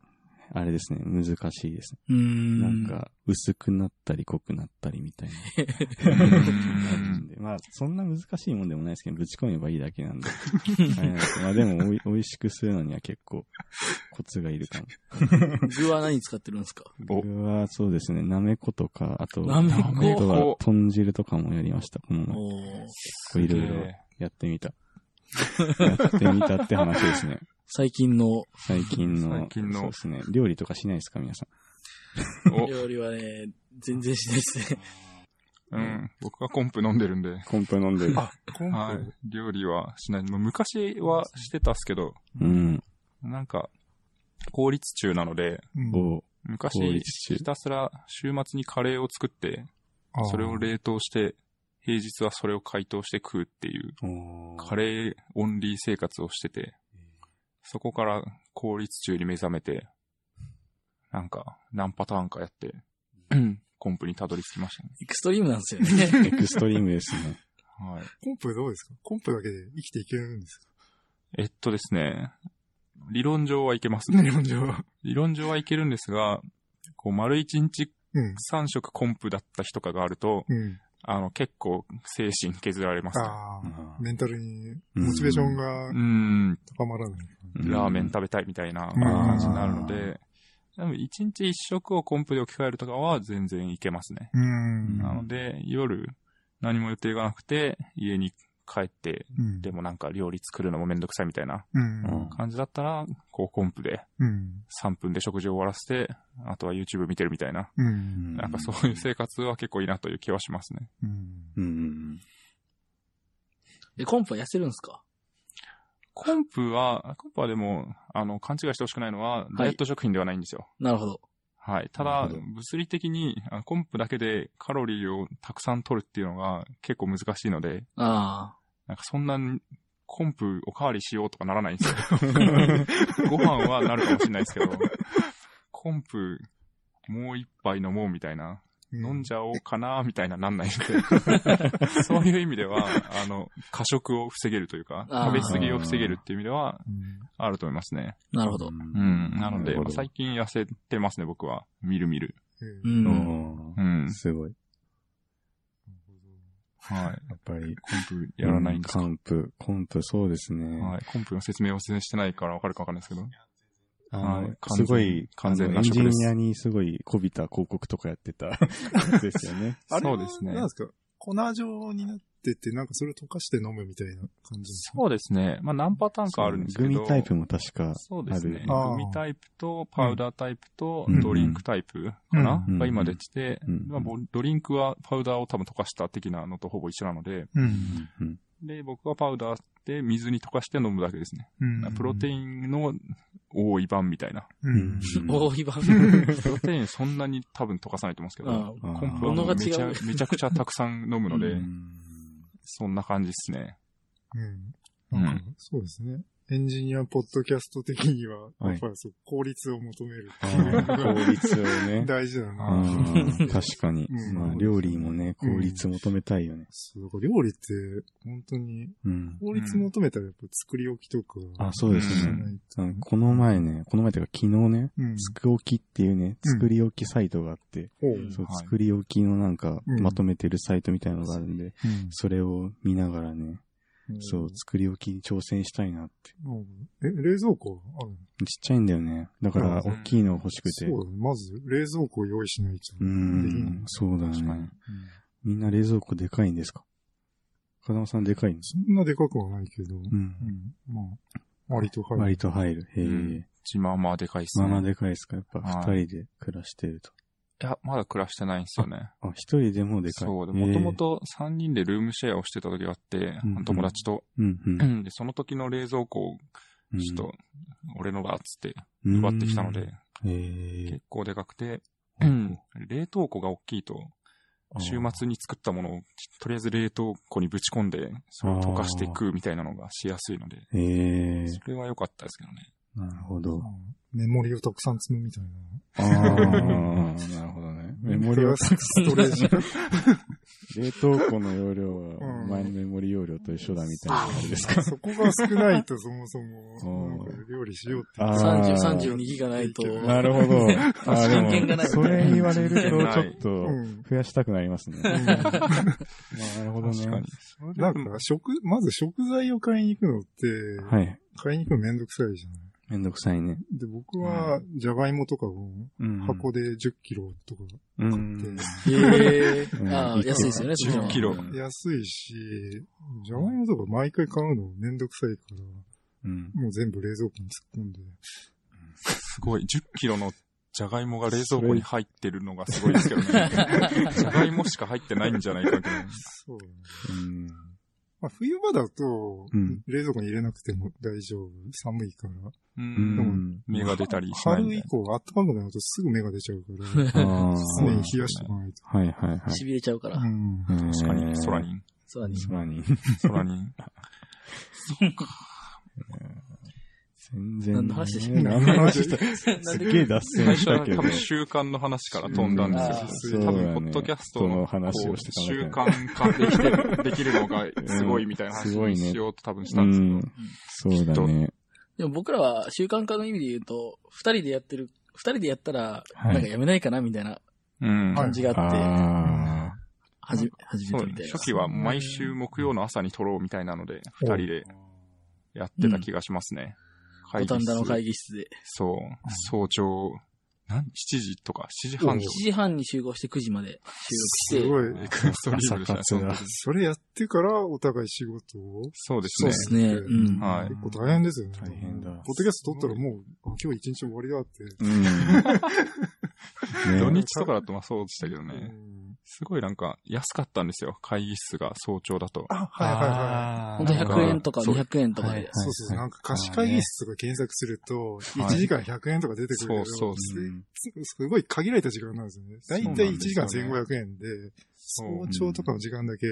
あれですね、難しいですね
うーん。
なんか、薄くなったり濃くなったりみ たいな。
ん
まあ、そんな難しいもんでもないですけど、ぶち込めばいいだけなんで。あれなんですけどまあでもおい、美味しくするのには結構、コツがいるかも。
具は何使ってる んですか
お
僕はそうですね、なめことか、あと、
なめこ
あとは、豚汁とかもやりました。この前、
おー
こういろいろやってみた。やってみたって話ですね。
最近の
最近の、
最近の
そうですね、料理とかしないですか、皆さん。
お
料理はね、全然しないですね。
うん。僕はコンプ飲んでるんで。
コンプ飲んでる。
あ、今
は
回。
い。料理はしない。まあ昔はしてたっすけど、
うん。
なんか、効率中なので、
うん
お効
昔、
率中
ひたすら週末にカレーを作って、
あー
それを冷凍して、平日はそれを解凍して食うっていう、カ
レ
レーオンリー生活をしてて、そこから効率中に目覚めて、なんか、何パターンかやって、コンプにたどり着きましたね。
エクストリームなんですよ ね。
エクストリームですね。
はい。
コンプどうですかコンプだけで生きていけるんですか
えっとですね、理論上はいけます。
理論上は。
理論上はいけるんですが、こう、丸一日
うん。
3食コンプだった日とかがあると、
うん。
あの、結構精神削られます、ね。
ああ、
あ
メンタルに、モチベーションが
うん、
高まらない。
ー
ラーメン食べたいみたいな感じになるので、でも一日一食をコンプで置き換えるとかは全然いけますね。
うん。
なので、夜何も予定がなくて、家に帰って、
うん。
でもなんか料理作るのもめんどくさいみたいな
うん。
感じだったら、こうコンプで
うん。
3分で食事を終わらせて、あとは YouTube 見てるみたいな、
う。
うんん
なんかそういう生活は結構いいなという気はしますね。
うん。
うん。
え、コンプは痩せるんですか
コンプは、コンプはでも、あの、勘違いしてほしくないのは、ダイエット食品ではないんですよ。
なるほど。
はい。た
なる
だ、
ほど
物理的にあのコンプだけでカロリーをたくさん取るっていうのが結構難しいので、
あ
なんかそんなにコンプおかわりしようとかならないんですよ。 ご飯はなるかもしれないですけど、コンプもう一杯飲もうみたいな、飲んじゃおうかなみたいななんな いので、そういう意味では、あの、過食を防げるというか、
あ
食
ー
べ過ぎを防げるっていう意味では
うん。
あると思いますね。
あ、なるほど。
うん。なので、まあ最
最
近痩せてますね、僕は。みるみる。
う
うん。
近。
ん。
うん。
すごい。
はい。
やっぱり、
コンプやらないんですか、
コンプ、コンプ、そうですね。
はい。コンプの説明をしてないからわかるかわかんないですけど。
あ
は
の
い、
すごい、
完全
あの
完
エ
全な食です
ンジニアにすごいこびた広告とかやってたですよね。
あれ
そ
は
うですね
なん。ですか粉状になってて、なんかそれを溶かして飲むみたいな感じですか
そうですね。まあ何パターンかあるんですけど。
グミタイプも確か、
そうですね。
ある
グミタイプとパウダータイプと
うん
ドリンクタイプかな、
うん
が今出てて、
うん
まあ、ボドリンクはパウダーを多分溶かした的なのとほぼ一緒なので、
うん。
うん
で、僕はパウダーで水に溶かして飲むだけですね。
うん。
プロテ
ン。
インの多い版みたいな。
うん。
大いば
プ ロテインそんなに多分溶かさないと思うんですけど、
う
あー
コンプはもうめちゃ
物が違
めちゃくちゃたくさん飲むので、
うん
そんな感じですね。
うん。なんか、そうですね。エンジニアポッドキャスト的には、
はい
やっぱりそう、効率を求める。
あー効率をね
大事だな。
うん確かに
う。ん
まあ、料理もね、効率求めたいよね。
そう、だから料理って、本当に、
うん。
効率求めたらやっぱ作り置きとか、
あ、そうです
し
ね。
ない
あのこの前ね、この前というか昨日ね、
と。うん。
作置きっていうね、
うん
作り置きサイトがあって、
ほう。
うん
そう
はい
作り置きのなんか
うん
まとめてるサイトみたいなのがあるんで、それを見ながらね、そう、作り置きに挑戦したいなって。
うん。え、冷蔵庫あるの
ちっちゃいんだよね。だから、
うん
大きいの欲しくて。
そうだね。まず、冷蔵庫を用意しないと。
う
できない
ん、そうだ
確かに
ね。みんな冷蔵庫でかいんですか風間さんでかいんです
そんなでかくはないけど、
う。
うんん。まあ、割と入る。
割と入る。へえ。
うん自慢はまあでかいっす
ま
ね。
あまあでかいですかやっぱ
はい
二人で暮らしてると。
いや、まだ暮らしてないんですよね。
あ、一人でもでかい。
そう。で、
へえ
もとも。と3人でルームシェアをしてた時があって
うんうん、
友達と。
うんうん
で、その時の冷蔵庫を、
うん。
ちょっと、俺のだっつって奪ってきたので、
うん。へえ
結。構でかくて、
う
冷凍庫が大きいと、週末に作ったものを、とりあえず冷凍庫にぶち込んで、それを溶かしていくみたいなのがしやすいので、
へえ。
それは良かったですけどね。
なるほど。
うんメモリをたくさん積むみたいな。
ああ、 なるほどね。メモリは、
ストレージ。
冷凍庫の容量は
うん
前のメモリ容量と一緒だみたいな感じですか。
そこが少ないとそもそ
あ
も、なんか料理しようって。
あ
30、
ー
32ギガないと。
なるほど。あ
人権
ーで
がない
も、それ言われるとちょっ
う
と
ん。
増やしたくなりますね。まあなるほどね。
確かに。
なんか、食、まず食材を買いに行くのって、
はい。
買いに行くのめんどくさいじゃない。
めんどくさいね。
で、僕は、じゃがいもとかを
うん
箱で10キロとか
う
買
ん。
っ
ええ
うん
ああ、安いですよね、そっちの方
10
が
キロ。
うん
て、安いし、じゃがいもとか毎回買うのめんどくさいから、
うん。
もう全部冷蔵庫に突っ込んで。
すごい。10キロのじゃがいもが冷蔵庫に入ってるのがすごいですけど ね。じゃがいもしか入ってないんじゃないかけど。
そうだね。
うん
まあ、冬場だと
うん、
冷蔵庫に入れなくても大丈夫。寒いから。
う。
うんん。
芽が出たりしないん
春
で
以。降、暖かくなるとすぐ芽が出ちゃうから、
ああ。
常に冷やしておかないと。
はいはいはい。
痺れちゃうから。
うん。
確
確かに、空。に。
そうだね。
空に。
空に。
全然。
何の話でしたっ
ね
け
何の話 でした
な
す
ん
っ
で
げえ脱線
最
し
初
た
は
けど
多。分習慣の話から飛んだんですよ。
うん
多
そうだ
分、
ね
ポッドキャスト
人の
の
話をして
こう習
た
慣化できてるできるのがすごいみたいな
う
話
ん
に
すごいね
しようと多分し
う
たんですけど、
ん。そうだね。
でも僕らは習慣化の意味で言うと、二人でやってる、二人でやったら、
はい
なんかやめないかなみたいな
うん
はい
感じがあって、
ああ。
はじ、始
そ
め
う
たみ
だ
た
ね
いな。
初期は毎週木曜の朝に撮ろうみたいなので、二人でやってた気がしますね。
五反田の会
議室。
議室で。
そう。早朝、何 ?7 時とか、7時半
1
とか。
時半に集合して9時まで収
す
録して、
ごい。
ストリームでしたね
朝活だ
それやってからお互い仕事を
そうで
そうですす
ね。
ね。うん。
はい
結構大変ですよね。
大変だ
ポッドキャスト撮ったらもう、あ今日一日終わりだって。
うん。
土
ね
日とかだとまあそうでしたけど
う
ね。
ん
すごいなんか安かったんですよ。会議室が早朝だと。
あ、はいはいはい。
本当100円とか
そう
200円とかで。
はい
そうそう、
はい
なんか貸し会議室とか検索すると、1時間100円とか出てくるけど、
はいそう
そううん
すすごい限られた時間なんですよね。だいたい1時間
そうなん
1500円で、
そ
早
う
朝とかの時間だけ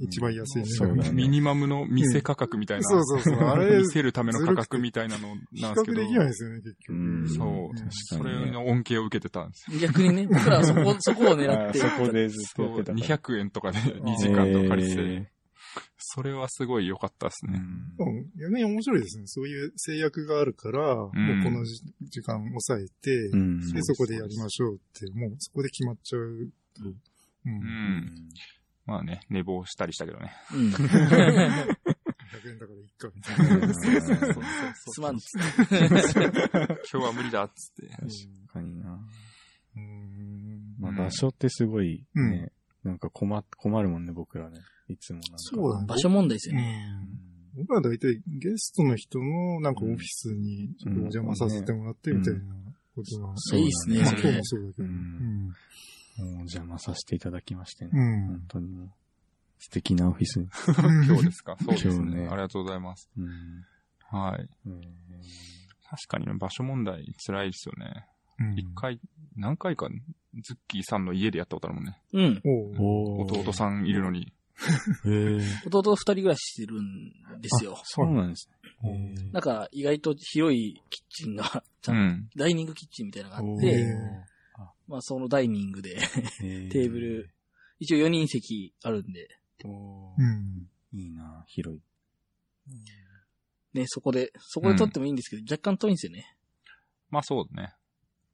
一番安い時
そう
間
だね
ミニマムの店価格みたいな。
そうそうそう。あれ、
見
比
せるための価格みたいなのなんですけ
較
ど
で。きないですよね、結局。
うん
そう
うん。
そ
確かにね
れの恩恵を受けてたんです
逆にね、僕らは そこ、そこを狙
あ
っ
ー
て。
そこでずっと
そ
やっ
う、
てたから。
200円とかで2時 間とか借りて、それはすごい良かったです
う
ね。
ん
うん逆に面白いですね。そういう制約があるから、もうこのじ時間抑えて、
うん。
で、そこでやりましょうって、もうそこで決まっちゃうと。うん。
う。
うんん。
まあね、寝坊したりしたけ どね。
うん。
100円だからいっか、みたいな。
すまんっつって。
今日は無理だっ つって。
確かにな。
うん
まあ
うん
場所ってすごいね、なんか困、困るもんね、僕らね。いつもなんか。
そうだね。
場所問題ですよね。
うん
僕は大体ゲストの人のなんかオフィスにちょっとお邪魔させてもらってみたいなことが、
そう
いいっすね
まあ
そ
今日
れ
も。そうだけ
う
ど。
ん。もう邪魔させていただきまして
う
ね。
ん。うん
本当にもう素敵なオフィス。
今日ですかそうです
今日
ね。
ね
ありがとうございます。
うん。
はい。
うん
確かにね、場所問題辛いですよね。
うん
一、回、何回か、ズッキーさんの家でやったことあるもんね。
うん。
おう
おー
弟さんいるのに。
へー
弟二人暮らししてるんですよ
あ。そうなんですね。へー
だから意外と広いキッチンが、ち
う
ゃんと
ん。
ダイニングキッチンみたいなのがあっ
お
て、
ー
まあそのダイニングで、
テ
テーブル。一応4人席あるんで、
お
う
ー
ん。
いいな広い。
ね、そこで、そこで撮ってもいいんですけど、若干遠いんですよね。
まあそうね。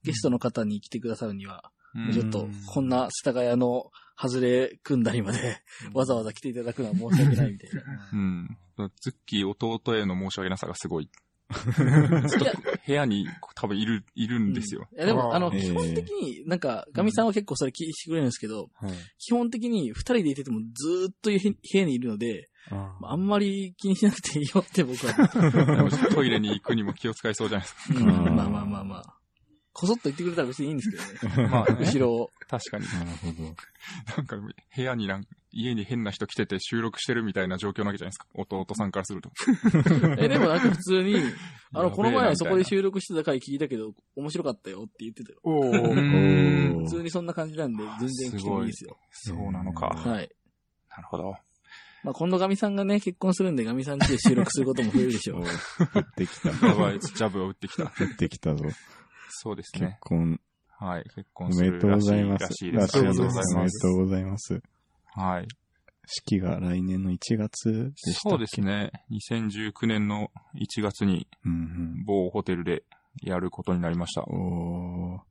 ゲストの方に来てくださるには、
うん
ちょっと、こんな世田谷の外れ組んだりまで、わざわざ来ていただくのは申し訳ないみ たいな。
うん。ズッキー弟への申し訳なさがすごい。
いや、
部屋に多分いる、いるんですよ。
いやでも、
あー
あの、
ええ
基本的に、なんか、ガミさんは結構それ気にしてくれるんですけど、
はい。
基本的に二人でいててもずーっと部屋にいるので、
あ
あんまり気にしなくていいよって僕は思って。
でも トイレに行くにも気を使いそうじゃないです
うん
あー
まあまあまあまあ。こそっと言ってくれたら別にいいんですけ どね。
か。まあ、ね、
後ろを。
確かに。
なるほど。
なんか、部屋になんか、家に変な人来てて収録してるみたいな状況なわけじゃないですか。弟さんからすると。
え、でもなんか普通に、あの、この前はそこで
録。
収録してた回聞いたけど、面白かったよって言ってたよ。
お
う
う
ーん
おー
普通にそんな感じなんで、全然来てもいいですよ。
そうなのか。
すご
はい。
なるほど。
まあ、今度ガミさんがね、結婚するんで、ガミさん家で収録することも増えるでしょう。
降ってきた。
やばい、ジャブを打ってきた。
降ってきたぞ。
そうです
結
ね。
婚、
はい、結
お
婚す
め
る
でとう
ら
ご
し
ざい
い
ます。
らしいです。
あ
あ
り
り
が
が
とうご
とうご
ざ
ざ
い
い
おめ
ま。
ですとうございます。
はい。
式が来年の1月でしたっけ
そうです。ね。2019年の1月に
うん
某ホテルでやることになりました。
うん。おー。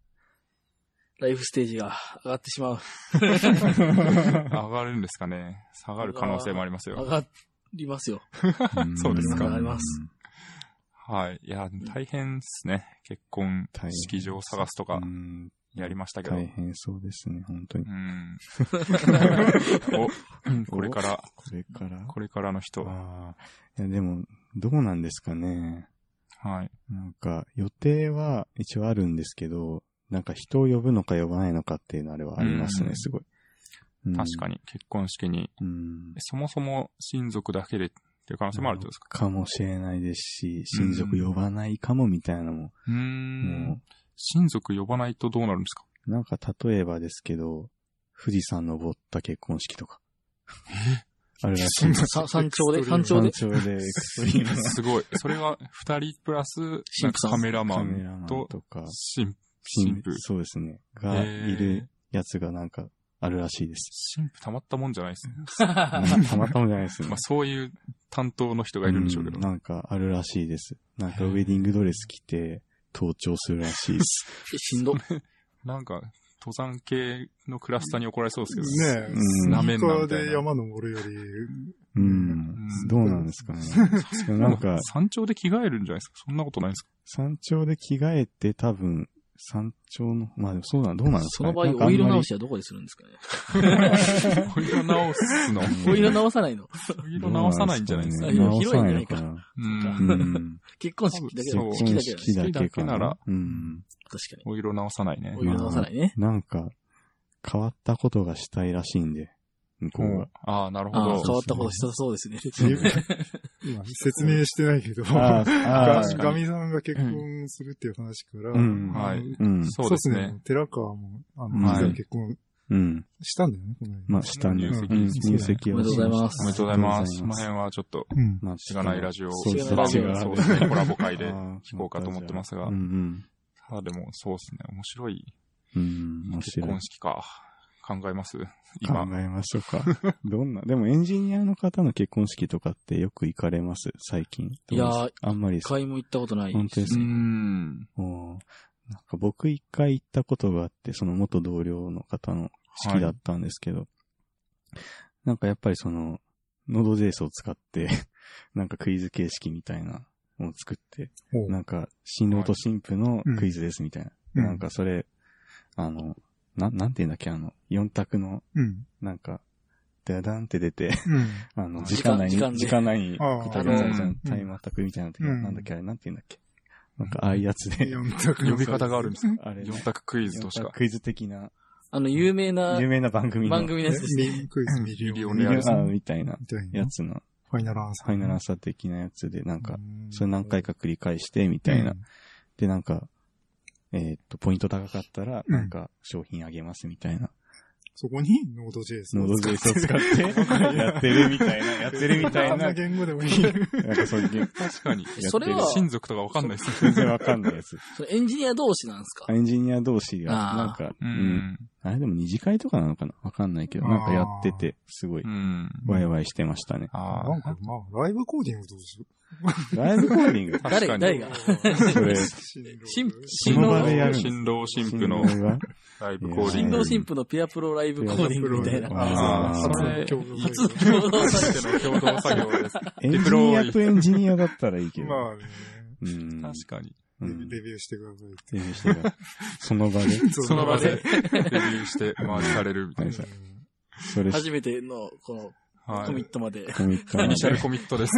ライフステージが上がってしまう。
上がるんですかね。下がる可能性もあります
上
よ。
がりますよ。
ん
そうですか
あります。
はい。いや、大変ですね。結婚
大変、
式場を探すとか
うん
やりましたけど。
大変そうですね、本当に
う。ん。お、これから、
これから
これからの人。は
ああ。いや、でも、どうなんですかね。
い。
なんか、予定は一応あるんですけど、なんか人を呼ぶのか呼ばないのかっていうのあれはあります
う
ね、
ん
すごい。
確か
に。
に、結婚式に、
うん。
そもそも親族だけでっていう可能性もあるってことですか
かもしれないですし、親族呼ばないかもみたいなのも、
うー
も
ん。親族呼ばないとどうなるんですか
う、 なんか例えばですけど、富士山登った結婚式とか。あるらし
そ
い
ん
です。
な
さ山頂で
エクストリーム
山頂で
山頂でエクストリーム
すごい。それは、二人プラス、
神父さん
カメラマ
カメラ
ン
マン
と、
とか、
神神父。
そうですね。がいるやつがなんかあるらしいです。
神父たまったもんじゃないですね。
なんかたまたまじゃないですね
まあ、。そういう担当の人がいるんでしょうけど
うん。なんかあるらしいです。なんかウェディングドレス着て、登頂するらしいです。
しんど。
なんか、登山系のクラスターに怒られそうですけど
ね
ね。
え、
うん
スニーカ
舐めんなみ
ー
たいな
で山登るより、
うん。どうなんですかね。でもなんか、
山頂で着替えるんじゃないですかそんなことないですか
山頂で着替えて多分、山頂の、まあでもそうなん、どうなんです
そ
かね
の場
なん
合、
かあんま
お
り
色直しはどこでするんですかね。
お色直すの。
うん
お色直さないの。
お色直さないんじゃないですか
か
ど
ね
うなんですかね直さないのかな。
うん
うん。
結婚式だけ
結
だよね。
婚
式
式
だけだよね。
だけか
式だけなら
な。うん。
確か
お色直さないね
に。お。色直さないね。
なんか、変わったことがしたいらしいんで、向こうが。
ああ、なるほ
ああ
ど
ー、。変わったことしたそうで すね。
今説明してないけど、
あ
ガ
あ
確かに
ガミさんが結婚するっていう話から、
うん
はい
あの
うん。
そうですね。。
寺川も、あ
うん
の、実は結婚
うん。
したんだよね、この間
まあ、下に
入籍
うん入籍をし
おめでとうございます
おめでとうございます。その
ました
辺はちょっと、
うん。
まあ、
しがないラジオ、
そうです
しがないラジオ
番組そうですねコラボ会で
あー
聞こうかと思ってますが
うんうん。
あでも、そうですね。面白い。
うん、面
結
白い。
婚式か。考えます今。
考えましょうか。 どんな、でもエンジニアの方の結婚式とかってよく行かれます最近。
いやー
どうですあんまりで
一
すか
回も行ったことない。
本当です
う
か
ん。
おーなんか僕一回行ったことがあって、その元同僚の方の式だったんですけど、なんかやっぱりその、ノード JS を使って、 なんかクイズ形式みたいなのを作って、
ほう
なんか新郎と新婦のクイズですみたいな。
うん
なんかそれ、あの、な、なんて言うんだっけ、あの、4択の、
うん。
なんか、ダダンって出て、
うん。
あの、
時
時
間
間内に、
時間で
時間内に
あー
答えなさいじゃ
うん
ん。タイムアタックみたいな時、
うん
なんだっけ、あれ、なんて言うんだっけ。なんか、ああいうやつで、
四択
呼び方があるんですか
あれ、
四択クイズとしか。
クイズ的な、
あの、有名な
有名な番組の、
番組のやつですね。
ミクイズミリオネ
ミ
ア
リ
リズ
オン
ム
みたいな
みたい
や
な。
つの、
ファイナルアンサー。
ファイナルアンサー的なやつで、なんか、
うん
それ何回か繰り返して、みたいな。。で、なんか、えーっと、ポイント高かったら、
うん
なんか、商品あげますみたいな。
そこにノード JS
ノードベースを使って、 やってるみたいな、やってるみたい
あんな
な、
言語でもいい。
なんかそういうゲーム、
確かに。
る
それは、
親族とかわかんないです
全
ね。
然わかんないやつ。
そのエンジニア同士なんですか
エンジニア同士が、
あー
なんか、
う
うん。
ん。
あれでも二次会とかなのかなわかんないけど、
あー
なんかやってて、すごい、
うん。
ワイワイしてましたね。
あ
なん
あ。
か、まあ、ライブコーディングどうする
ライブコーディング
確かに。
誰が
そ れ
新
その場でやるんです
新郎新婦の
新郎が
ライブコーディ
新
ン
郎
グ。
新婦のペアプロライブコーディングみたいな。
あー
それ
初
共同作
初めての共同作業です。
エンジニアと エンジニアだったらいいけど。
まあね、
うん。
確かに。
う
レ
ん
レビューしてくださいって。
レビューしてるその場で。
その場でレビューして回されるみたい
それ、
初めての、この、
な。は
コミ
い
ッ。トまで。
コミット
イ
ま
ニシャ ル
で。
コミットです。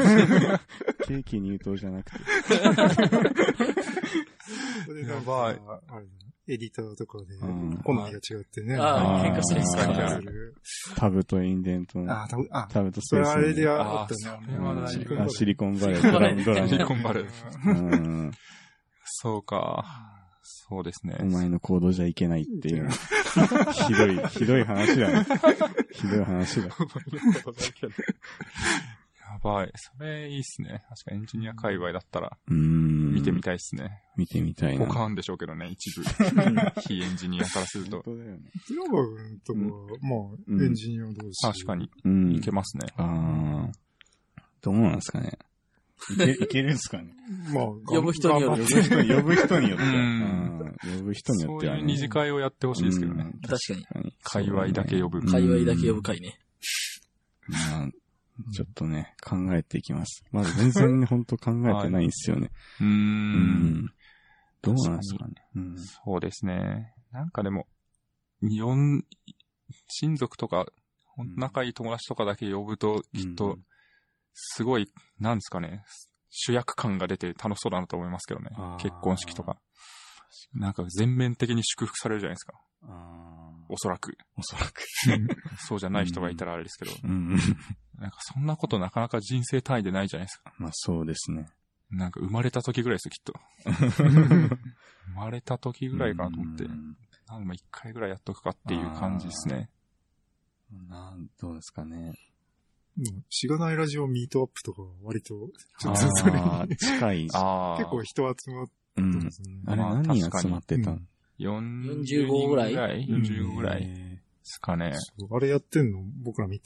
ケーキ入刀じゃなくて。
それなん
やば
かあ
い
れだねエディターとかで
うん、
好みが違ってね。
あ
あ
喧嘩してるんですか
喧嘩
あ
す
ー
る
タブとインデントの
あ、、多分あ、
タブとス
そ
ペ
れ
ース
はあ
の
れであ
あ
っ
ー
た
それ
う
は
ん
ない
あシリコンバレ
シリ
ー、
コ
ド
ンバレ
ラ
ー
ム、ドラ
シリ
ム
コンバレー。
うん。
そうか。そうですね
お。前の行動じゃいけないっていう。ひどい、ひどい話だね。ひどい話だ。
やばい。それいいっすね。確かエンジニア界隈だったら
うーん。
見てみたいっすね。
見てみたい
ポ
な。
カーンでしょうけどね、 一部。非エンジニアからする
本
と。
当だよね。
ティラバ君とか、
うん
まあ、エンジニア同士。
確かに、
うん。
いけますね。
ああ。どうなんですかね。いけ、いけるんですかね。
まあ、
呼ぶ人による
呼ぶ人に、呼ぶ人によっては。
う
うん呼ぶ人によ
そ
っ
う
ては
いう
ね。
二次会をやってほしいですけど
う
ね
ん。
確かに。
確かに
界隈だけ呼ぶ。
界隈だけ呼ぶ会ね。
まあちょっとね、考えていきます。まだ全然ね、本当考えてないんですよね。
うー。
うんん。どうなんですかね。うん。
そうですね。なんかでも、四、親族とか、ほ
う
ん
ん
仲いい友達とかだけ呼ぶと、きっ
う
と
ん、
すごい、なんですかね、主役感が出て楽しそうだなと思いますけどね
あ。ー
結婚式とか。なんか全面的に祝福されるじゃないですか。
あー
おそらく。
おそらく。
そうじゃない人がいたらあれですけど。
うん。
なんかそんなことなかなか人生単位でないじゃないですか。
まあそうですね。
なんか生まれた時ぐらいですよ、きっと。生まれた時ぐらいかなと思って
う。ん
なんか一回ぐらいやっとくかっていう感じですね。
なん、どうですかね。
うんしがないラジオミートアップとかは割と、ちょっとそれに
ああ、近い。
あ あ。
結構人集まって
う
たん
ん
で。すよね。
あれ
まあ
何人
確かに
集まってたの
40
45ぐらい
人 ?45 ぐらいで
え
すかね。
そうあれやってんの僕ら見て、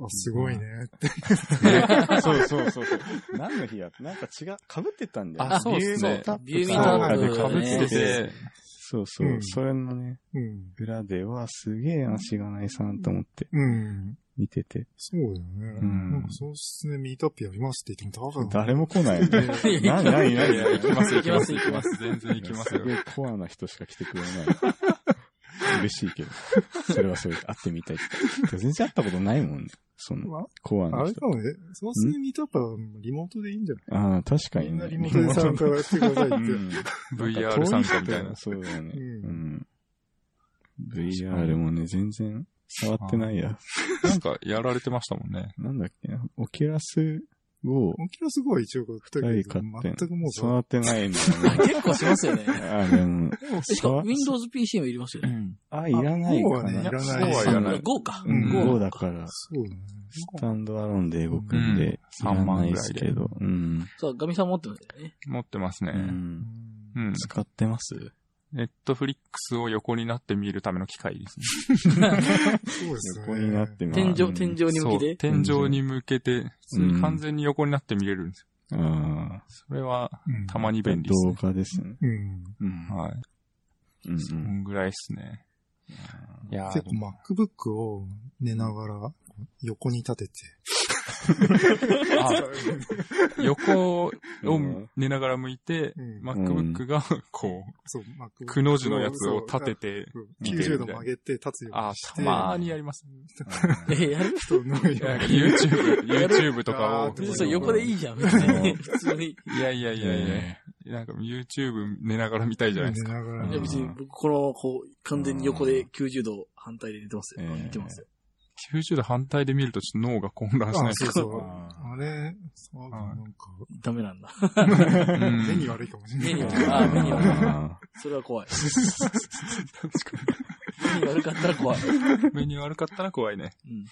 あ、すごいねって。
ーそうそうそうそう。何の日やなんか違う、被ってたんだよね。
あそうっすね
ビューミント
ミント
アッ
ア
プ
ップ
か
か
ぶ
ぶ
っ
ってて
て
て、
そうそうう。
ん
それのね、
うん。
裏ではすげえな、しがないさんと思って
うん。
見てて。
そうだよね。
ん
なんかそうっすね、ミートアップやりますって言っても高かった。
誰も来ないよ ね。
いや
何、何、
いやいや、
何
行きます行きます
行
行
き
き
ま
ますす。全然行きますよ。
げえコアな人しか来てくれない。嬉しいけど。それはそれで会ってみたいって。全然会ったことないもんね。その、
ま
コア
あ、あ
な
れ
人
か。もね、そうっすね、ミートアップはリモートでいいんじゃない
ああ、確か
み
に
ん
ね
な。リモートで参加やってくださいって。
う
うん
ん
VR 参加みたいな。
そうだよね。
う
うん。VR もね、全然触ってないや。
なんかやられてましたもんね。
なんだっけな、オキュラスを
オキュラスは一応買った
2
け
人買
ど、
って、
全くもうさ、
触ってないんだよね。
結構します よね。
あ、でも、
しかも
触
Windows PC もいりますよね。
あ、いらない
あ
か
こうはねい
な
ら。ない
そうはいらない
GO か。
う、
うんん
GO
5だから、
そうだね。
スタンドアロンで動くん
うん
で、いら
3
な
万
い
ぐ
で
ら
す
いで
けど、うん。
そう、ガミさん持ってますよね。
持ってますね
う。ん
う
うん
ん。
使ってます
ネットフリックスを横になって見るための機械ですね。
そうですね。
横になってまあ
天
う
井、
ん
天井に向け
そう
て。
天井に向けて、普通に完全に横になって見れるんですよ。
あ
それは、
うん
たまに
あ。
便利です
動
ね。
画ですね。
うん。
うん
はい。
うん
そ
うん
んぐらいですね。いやー
結構 MacBook を寝ながら横に立てて。
あ 横を
うん
寝ながら向いて、
うん
MacBook が、 こ
そう、MacBook
う、くの字のやつを立てて、
そう
見てるみた
90度
い
曲げて立つよう
あ
にし
ー、
て。
たまーにやります。
え、やる
人の
いや
や
YouTube、YouTube とか
あーで
を。
も
そう、横でいいじゃん、別に。普通に。
いやい やいやい
え
や。なんか YouTube 寝ながら見たいじゃないです
寝
か。
なが
う
ら
ん
いや、別に僕、この、こう、完全に横で90度反対で寝てますよ。
うん
見てますよ。
90度反対で見るとちょっと脳が混乱しない
あ
で、す
そうそ
か。
う。
あ
あれ、そう、
はい
なんか、
ダメなんだ。
うん
目に悪いかもしれない。
目に悪い
ー
あー目に悪い
あ
それは怖い。目に悪かったら怖い。
目に悪かったら怖いね。
うん。
ーうん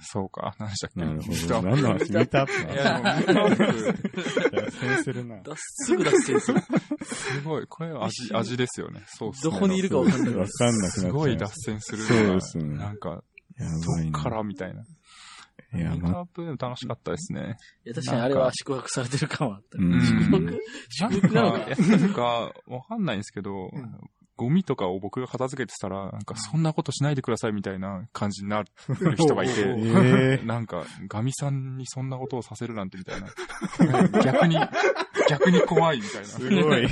そうか。何でしたっけ
なるほ
ちょ
ど。
っと
何の話ミートアップ
いや、でもミートアップ
脱線するな。
だすぐ脱線する。
すごい。これは味、味ですよね。そうっす
ど
ね
こにいるかわかんない。
わかんなくなっちゃ
すごい脱線するな。
そうですね
なんか、
やばい
どっか
な。
らみたいな。
いや、
ミート
ま、
アップでも楽しかったですね。
いや、確かにあれは宿泊されてる感はあった
う
ね。
ん。
なん
なの
か
か、
いやなんか、わかんないんですけど
うん、
ゴミとかを僕が片付けてたら、なんか、そんなことしないでくださいみたいな感じになる人がい
え
て、
え
なんか、ガミさんにそんなことをさせるなんてみたい な。逆に、逆に怖いみたいな。
すごい。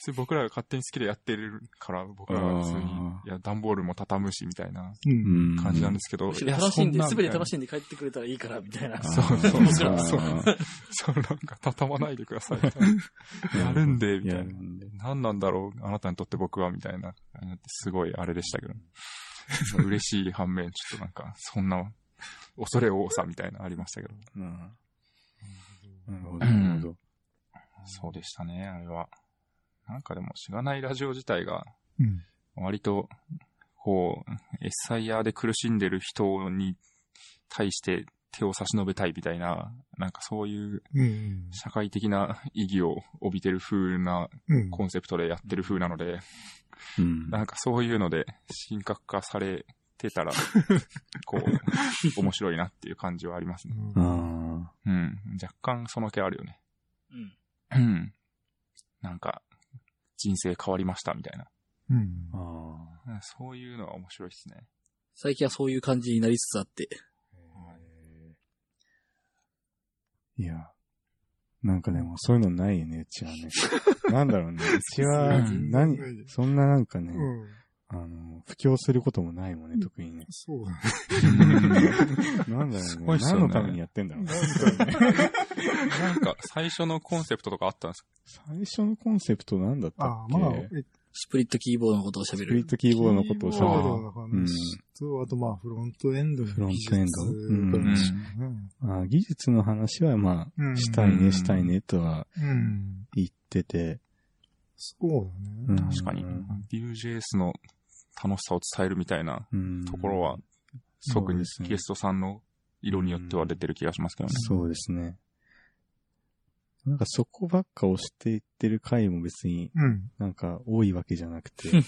それ僕らが勝手に好きでやってるから、僕らは普通に
あ、
いや、段ボールも畳むし、みたいな
うん。
感じなんですけど、
むし
い
ろ
や
楽しんで、
そ
す
な
べて
みたいな
楽しんで帰ってくれたらいいから、みたいな。
あ
そう
ー
そう
面白い
そう
あ
そう、なんか、畳まないでください みたいな。やるんで、
ー
みた
や
い
る
な。
んで
何なんだろう、あなたにとって僕は、みたいな。すごい、あれで したけど。嬉しい反面、ちょっとなんか、そんな、恐れ多さみたいなのありましたけど。
うんなるほど、なるほど。
そうでしたね、あれは。なんかでも、しがないラジオ自体が、
うん
割と、こう、エスサイヤーで苦しんでる人に対して手を差し伸べたいみたいな、なんかそういう
うん。
社会的な意義を帯びてる風な
うん。
コンセプトでやってる風なので、
うん
なんかそういうので、神格化され てたら、こう、面白いなっていう感じはありますね。
あ
うん。若干その気あるよね。
うん。
うん。なんか、人生変わりましたみたいな。
うん
ー。あ
うんそういうのは面白いですね。
最近はそういう感じになりつつあって。
ー。いや。なんかでも、そういうのないよね、うちはね。 なんだろうね。うちは、
うん
何、そんななんかね、
うん。
あの、布教することもないもんね、特 にね。
そうだね。
なんだろ
す
う
ご
ね
いっすよ
何
ね
のためにやってんだろうね。
なんか、最初のコンセプトとかあったんですか
最初のコンセプトなんだったっ
あ
け
まあ、え
スプリットキーボードのことを喋
スプリ
る
ッ。トキーボードのことを
キ
し
ーボー
ゃ
ドの話と、あとまあ、フロントエンドの技術
フロントエンド
の話かな
べる。技術の話は、ま
う
あ、
ん
したいね、したいねとは
うん。
言ってて。
そうだ
うん
ね。
確かに。Vue.js の楽しさを伝えるみたいな
うん
ところは、
そう
特に
ですね
ゲストさんの色によっては出てる気がしますけどね。
そうですね。なんかそこばっか押していってる回も別に
うん。
なんか多いわけじゃなく て、
うん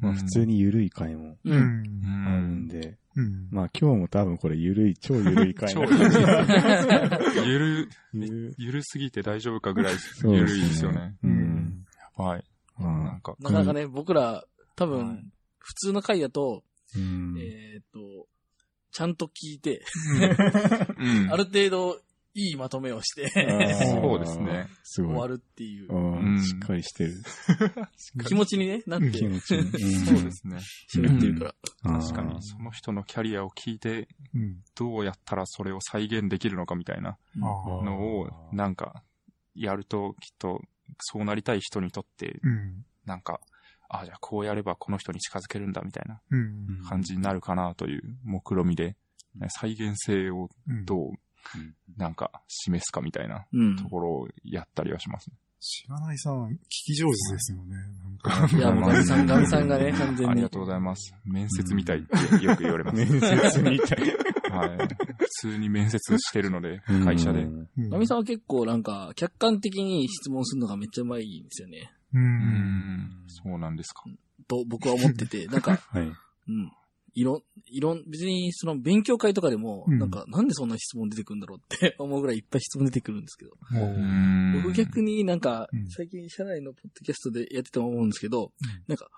まあ普通に緩い回も
う
うんん。。
あるんで、
うん。
まあ今日も多分これ緩い、超緩い回
超
な
緩い
感じですよね。
ゆる、
緩
ゆるすぎて大丈夫かぐらい、
そう
ゆるいですよね。
う。
うんん
はい。な
まあ
んか、
なかなかね、僕ら、多分、
はい
普通の回だと、
うん
えーっと、ちゃんと聞いて、
うん
ある程度、いいまとめをして、
そうですね。
す
終わ
ごい。
るっていう
う、
うん
んしっかりしてる。
気持ちにね、なって
気持 ちに。ん
そうですね。
喋ってるから。
あー
確かに、その人のキャリアを聞いて、
うん。
どうやったらそれを再現できるのかみたいな
あ
う
あ。
ん
のを
あ、ー
なんか、やると、きっと、そうなりたい人にとって、
うん。
なんか、あ、じゃあこうやればこの人に近づけるんだみたいな
うん。
感じになるかなという目論みで、ね再現性を
うん。
どう
うん、
なんか、示すかみたいな
うん
と。ころをやったりはしますね。
知らないさん、聞き上手ですよね。なんか。
いや、もうガミさん、ガミさんがね、
うん
完全に。
ありがとうございます。面接みたいってよく言われます。
面接みたい。
はい。普通に面接してるので、会社で
う。ん。
うん
ガミさんは結構なんか、客観的に質問するのがめっちゃうまいんですよね。
う。
うんん。そうなんですか。
と、僕は思ってて、なんか、
はい。
うん。いろん、いろん、別にその勉強会とかでも、
うん
なんか、なんでそんな質問出てくるんだろうって思うぐらいいっぱい質問出てくるんですけど。
うん
僕逆になんか
うん、
最近社内のポッドキャストでやってても思うんですけど、
ん
なんか、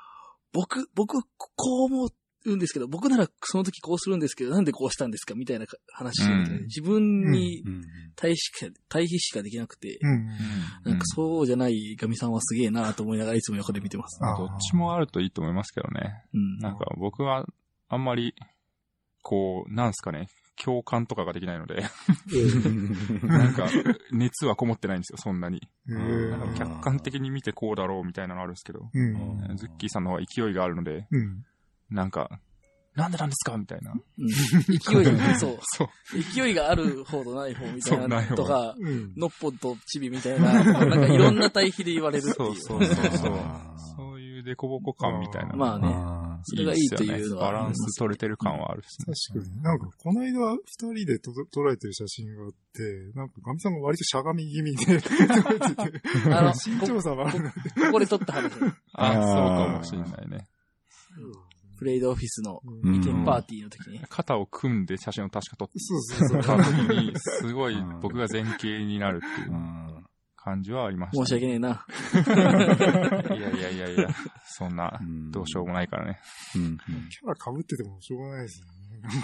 僕、僕、こう思うんですけど、僕ならその時こうするんですけど、なんでこうしたんですかみたいな話してるみたいな
うん
自分に
うん
対比しか、対比しかできなくて
う、ん。
なんかそうじゃないガミさんはすげえなと思いながらいつも横で見てます。
あ
どっちもあるといいと思いますけどね。
うん。
なんか僕はあんまり、こう、なんすかね、共感とかができないの で、なんか熱はこもってないんですよ、そんなに。
う
なんか
ん。
客観的に見てこうだろうみたいなのあるんですけど、
うん。
うん
ズッキーさんの方が勢いがあるので、
うん。
なんか、なんでなんですかみたいな。
うん勢いが、そう。
そう。
勢いがある方とない方みたいなのとか、
うん。
のっぽとちびみたいな、なんかいろんな対比で言われるってい。
そうう そうそうそう
あー。
そういうデコボコ感みたいな。
まあね
あ
それがいいと
っす
いう
よ
の
ね
は
バランス取れてる感はあるっすね。
確かに。なんか、この間、二人でと捉えてる写真があって、なんか、ガミさんが割としゃがみ気味で捉えてて、
あの、
身長
こ
差はあるな。
ここで撮った話。
あー
あそうかもしれないね。
プレイドオフィスの
うん
意見パーティーの時に。
肩を組んで写真を確か撮っ
そうそうそう。
た時に、すごい僕が前傾になるってい
ーう
うん感じはありまし
申
た、
し訳ねえな。
いやいやいやいや、そんな
う、ん
どうしようもないからね。
うんうん
キャラ被っててもしょうがないですよね。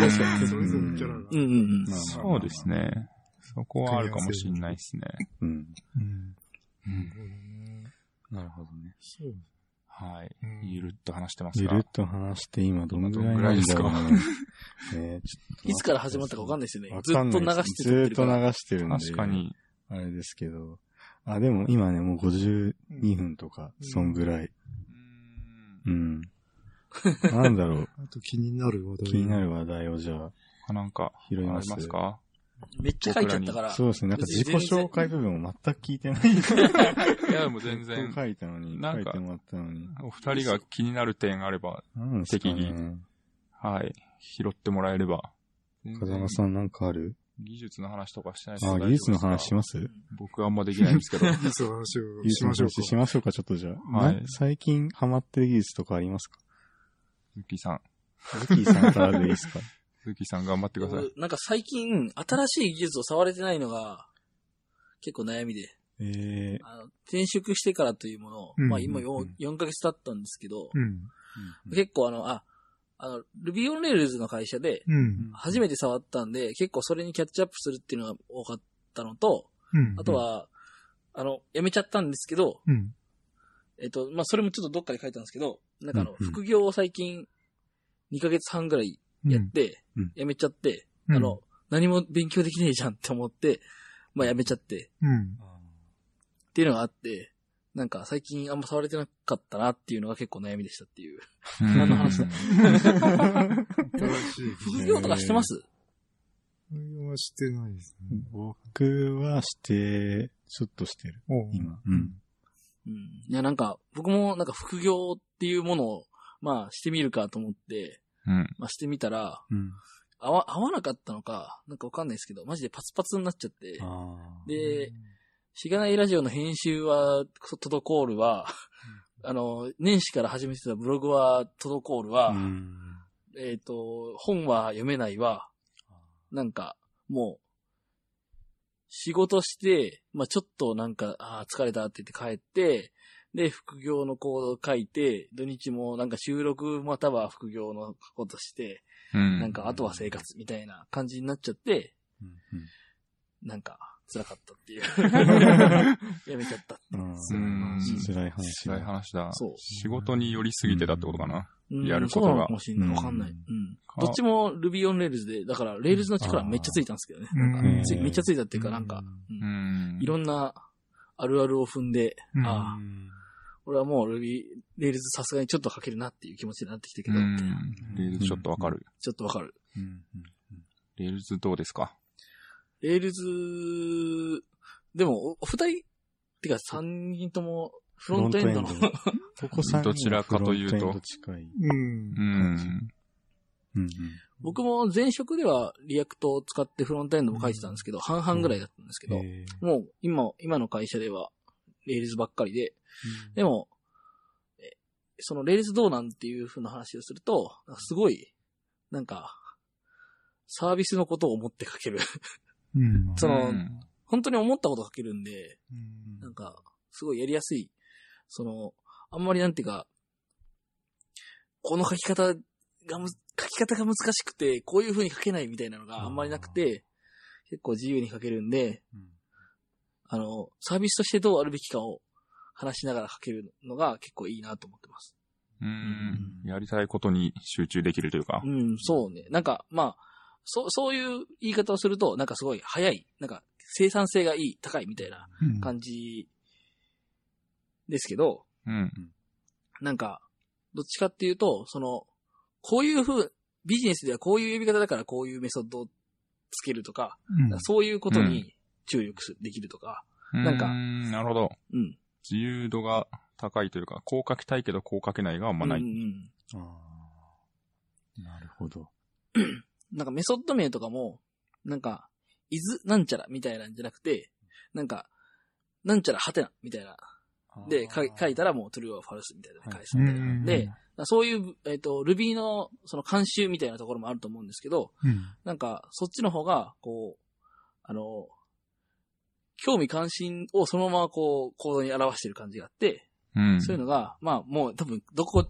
確か
それぞれのキャラが。
うんうんうん。
まあまあまあ
そうですね。そこはあるかもしれないですね。
うん。
うん。
うん
なるほどね。
そう。
はい。
うん
ゆるっと話してます
ゆ
が。
るっと話して今どのぐらいなんだろうな ねちょっと
いつから始まったかわかんないですよね
わ。
ずっ
かん
と流
ない
して
ず
撮
ー
っ
って
る
と
から。
流してるんで。
確か。に。
あれですけど。あ、でも今ね、もう52分とか、
うん
そんぐらい。う
うん
ん。なんだろう。
あと気になる話題。
気になる話題をじゃあ、
なんか、
拾い
ありま
ます
すか
めっちゃ書いちゃったから。
そうですね。なんか自己紹介部分を全く聞いてない。
いや、でも 全然、
書いたのに、
な
書
ん
い
か
てもらったのに。
お二人が気になる点あれば、
なんですか
適
ね。
はい、拾ってもらえれば。
風間さんなんかある
技術の話とかしてないです
あ、技術の話し
は
ます
僕はあんまできないんですけど。
技術の話を
技
し
術
ま
の
しょう
話
か。
しましょうか、ちょっとじゃあ。
はい
な最近ハマってる技術とかありますか
鈴木さん。
ズッキーさんからでいいですか
鈴木さん頑張ってください。
僕なんか最近、新しい技術を触れてないのが、結構悩みで。
え
あの転職してからというものを、
うん
まあ今 4,
うん
4ヶ月経ったんですけど、
うん。
ー、
結構あの、あ、あの、Ruby on Rails の会社で、
うん。
初めて触ったんで、結構それにキャッチアップするっていうのが多かったのと、
うん。
あと、は、あの、辞めちゃったんですけど、
うん。
えっと、まあ、それもちょっとどっかで書いたんですけど、なんかあの、
うんうん
副業を最近、2ヶ月半ぐらいやって
うん、
辞めちゃって、あの、、何も勉強できねえじゃんって思って、まあ、辞めちゃって、
うん。
っていうのがあって、なんか最近あんま触れてなかったなっていうのが結構悩みでしたっ ていう。何の話だ
新しい。
副業とかしてます
それはしてないですね。
僕はして、ちょっとしてる、
おう
今。うん。
うん。いや、なんか、僕もなんか副業っていうものを、まあ、してみるかと思って、
うん。
まあ、してみたら、
うん。
合わ、合わなかったのか、なんかわかんないですけど、マジでパツパツになっちゃって、
あー
で、しがないラジオの編集は、滞るは、あの、年始から始めてたブログは、滞るは、
うん
えっ、と、本は読めないは、なんか、もう、仕事して、まあちょっとなんか、あー疲れたって言って帰って、で、副業のコードを書いて、土日もなんか収録または副業のことして、
う ん
なんかあとは生活みたいな感じになっちゃって、なんか辛かったっていう。やめちゃった。
うん
うん
辛い話
辛い話だ。
そう
仕事に寄りすぎてたってことかな。
うん
やるこ
そう
とが
なのかもしれない。わかんない。
うん
うん。
か
どっちも Ruby on Rails で、だから Rails の力めっちゃついたんですけどね。
うん
なんか
うん
ついめっちゃついたっていうか、なんか、う
うんん。
いろんなあるあるを踏んで、
うん
ああ、俺はもう Ruby、Rails さすがにちょっと書けるなっていう気持ちになってきたけ
う
ど、
ん
みたいな
レールズちょっとわかる。
ちょっとわかる。
うん
レールズどうですか
Rails、でも、おお二人、てか三人とも、フロントエンドの、
フロントエンド。ここ三人
どちらかというと
フロントエンド近い。
うん
う。ん。
うん
僕も前職ではリアクトを使ってフロントエンドも書いてたんですけど、半々ぐらいだったんですけど、
えー
もう今、今の会社では、レールズばっかりで、でも、えそのレールズどうなんっていう風な話をすると、すごい、なんか、サービスのことを思って書ける。
うん。
その
うん
本当に思ったこと書けるんで、
うん
なんか、すごいやりやすい。その、あんまりなんていうか、この書き方がむ、書き方が難しくて、こういう風に書けないみたいなのがあんまりなくて、結構自由に書けるんで、あの、サービスとしてどうあるべきかを話しながら書けるのが結構いいなと思ってます。
うん。やりたいことに集中できるというか
う。ん、そうね。なんか、まあ、そう、そういう言い方をすると、なんかすごい早い、なんか生産性がいい、高いみたいな
うん
感じですけど、
うん。
なんか、どっちかっていうと、その、こういう風、ビジネスではこういう呼び方だからこういうメソッドをつけるとか、
うん
そういうことに注力すできるとか、なんか
うーなるほど。
うん。
自由度が高いというか、こう書きたいけどこう書けないがあんまな
う
い
ん。うんうん
あーなるほど。
なんかメソッド名とかも、なんか、いずなんちゃらみたいなんじゃなくて、なんか、なんちゃらはてなみたいな。で、か書いたらもうトゥルーはファルスみたいなの返すみたいな。
うん
で、そういう、えっ、と、Ruby のその監修みたいなところもあると思うんですけど、
うん
なんか、そっちの方が、こう、あの、興味関心をそのままこう、行動に表してる感じがあって、
うん。
そういうのが、まあもう多分、どこ、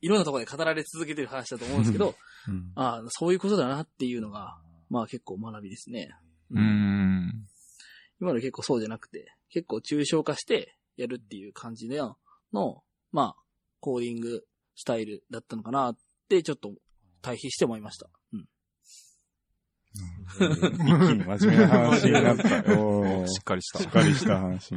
いろんなところで語られ続けてる話だと思うんですけど、
うん
ああ、そういうことだなっていうのが、まあ結構学びですね。
う。ん。
今の結構そうじゃなくて、結構抽象化してやるっていう感じの、の、まあ、コーディングスタイルだったのかなって、ちょっと対比して思いました。うん。
一気に真面目な話になった。 おー
しっかりした。
しっかりした話。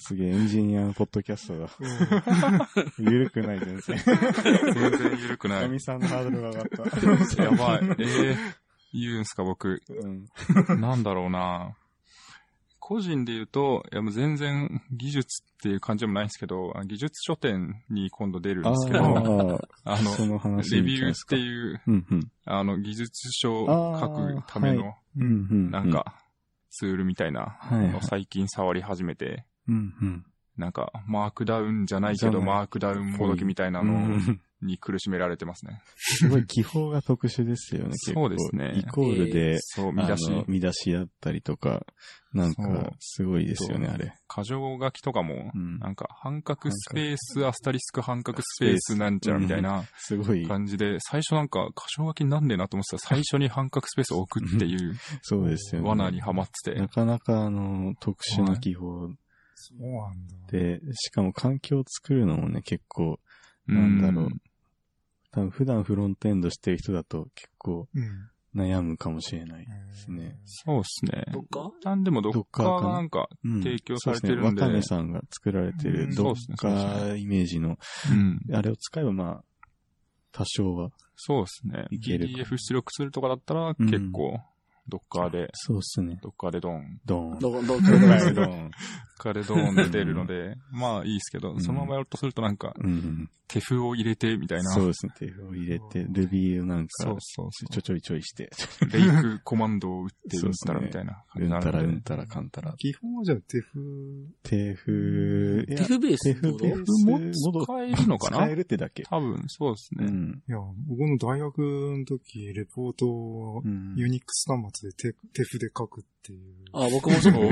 すげえ、エンジニアのポッドキャストだ。ゆるくない、全然。
全然緩く な
か
い。
みさんのハードルが上がった。
や ばい。えー、言うんすか、僕。
うん。
なんだろうな個人で言うと、いやもう全然技術っていう感じでもないんですけど、あ技術書店に今度出るん
あ
ですけど、あ
ー
の、
その話
レ
み
ビ
た
ュー
い
っ
ですか
ていう、
うんうん。
あの、技術書を書くため
あー
の、
うんうん。
なん。か、ツールみたいな
はい
のを最近触り始めて、
うんうん。
なんか、マークダウンじゃない
じ
け
ゃ
ど、
ない
マークダウンもどきみたいな
う
の
ん
に苦しめられてますね。
すごい技法が特殊ですよね、結構
そうですね
イコールで、
そう、見出し
あ。の見出しだったりとか、なん
そう
か、すごいですよね、
そう
あれ。
箇条書きとかも
う、ん
なんか、半角スペース、アスタリスク半角スペースなんちゃらみたいな
すごい、
感じで、最初なんか、箇条書きなんでなと思ってたら、最初に半角スペースを置くっていう
そうですよね。
罠にはまってて
な、かなか、あの、特殊な技法
そうなんだ。
で、しかも環境を作るのもね、結構、
う
なんだろう。多分普段フロントエンドしてる人だと結構
うん。
悩むかもしれないですね。
そうですね。
どっか
なんでもどっかがなんか、
うん
提供されてるんで
そうすねワカメさんが作られて
う
るどっ
ん
そうですねそうです
かイメージの、
うん、
あれを使えばまあ、多少は。
そうですね。
いけるか
PDF 出力するとかだったら、結構、ドッカーで、
そうっすね。
ドッカーでドーン。
ドーン。
どこ、どこ、
ド
どこです
ーン。
け
ド
ど。
ーン。
ドッカーでドーンで出るので、まあいいですけど、そのままやろうとするとなんか、
うん。
手風を入れてみたいな。
そうですね。手を入れて、ルビーをなん
そ
か
う、そうそ
ちょちょいちょいして、
う。レイクコマンドを打って
そう
打っ
ったすね
らみたいな感
う
じ
ん
にな
たら
る
うんん
で。
たらかんたら。
基本はじゃあ手風、
手風、い
テ
や
フベース
手
って
風
こと
ベース
も使えるのかな
使えるってだけ。
多分、そうです
う
ね。
ん。
いや、僕の大学の時、レポートを
うん
ユニックス端末で手手筆で書くっていう。
あ、僕もそう
お。ー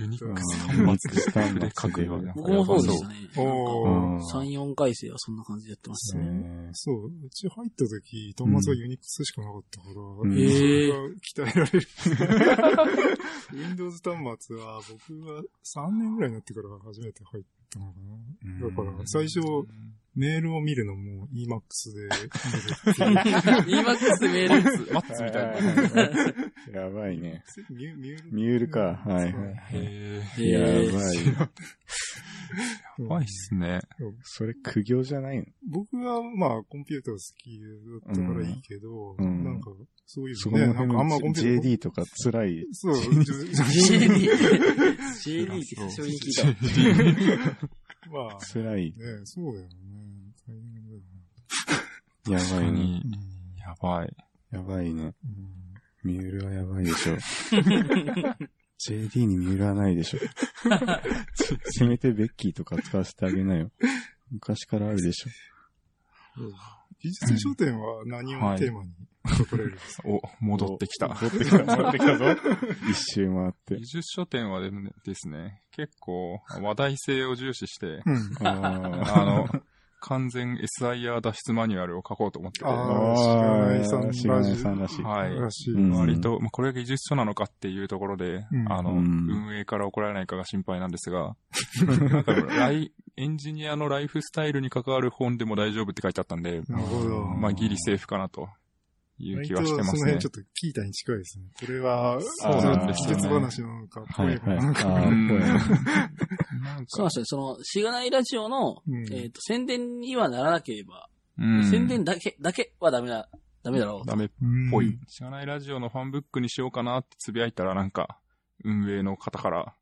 ユニ
う
ッ
ん
クス
ユニ
端
ックス端末
で書くような。
僕もそうでしたね。
お
ー
なんか3、4回生はそんな感じでやってま したね。
ね
そう、うち入った時、端末はユニックスしかなかったから、
ん
それが鍛えられる。Windows 端末は僕は3年ぐらいになってから初めて入ったのかな。だから最初、メールを見るのも EMAX で見るっていう
EMAX でメール打つ。
マッツみたいな。
はいやばいね。
ミュミュール
ミュールか。はい
そう
はいはい。
へ
え
や
ー
ばい。
ー。怖いっすね。
それ苦行じゃないの
僕はまあコンピューター好きだったからいいけど、
うん
なんかそういう
そこ
の
の
ね、なん
辺
かあんま
の
コンピューター。
JD とか辛い。
そう、JD。
JD。JD って久しぶりに聞いた。
まあ、
辛い。
ね、そうだよね。大変だよね。
やば
確
いね。
かにやばい。
やばいね。
うん
ミュールはやばいでしょ。JD にミュールはないでしょ。せめてベッキーとか使わせてあげなよ。昔からあるでしょ。
美術書店は何をテーマに書かれるんですか、
お、戻ってきた。
戻ってきた、戻ってきたぞ。一周回って
美。術書店はでもねですね、結構話題性を重視して、
うん。
あ
あの、完全 SIR 脱出マニュアルを書こうと思ってて、
あ
あ、
しが
ら
ないい
さ
さ
ん
ん
ら
ら
しい。
はい。
らしい。
うん
割と、まあ、これが技術書なのかっていうところで、
うん
あの、
うん
運営から怒られないかが心配なんですが、なんかライ、エンジニアのライフスタイルに関わる本でも大丈夫って書いてあったんで、
なるほど。
まあ、ギリセーフかなという
割
気
と
はしてま
そ
す
の
ね
辺ちょ。っとキータに近いですね。これは、
うなんですよね
技術話なのか、こ
は
う
い
いう
はい。
なんか、
ああ、
う ん
こうや
なん
そうなんですよ。その、しがないラジオの、
うん
えっ、と、宣伝にはならなければ、
うん
宣伝だけ、だけはダメだ、ダメだろう。
ダメっ
うん
ぽい。知らないラジオのファンブックにしようかなってつぶやいたら、なんか、運営の方から、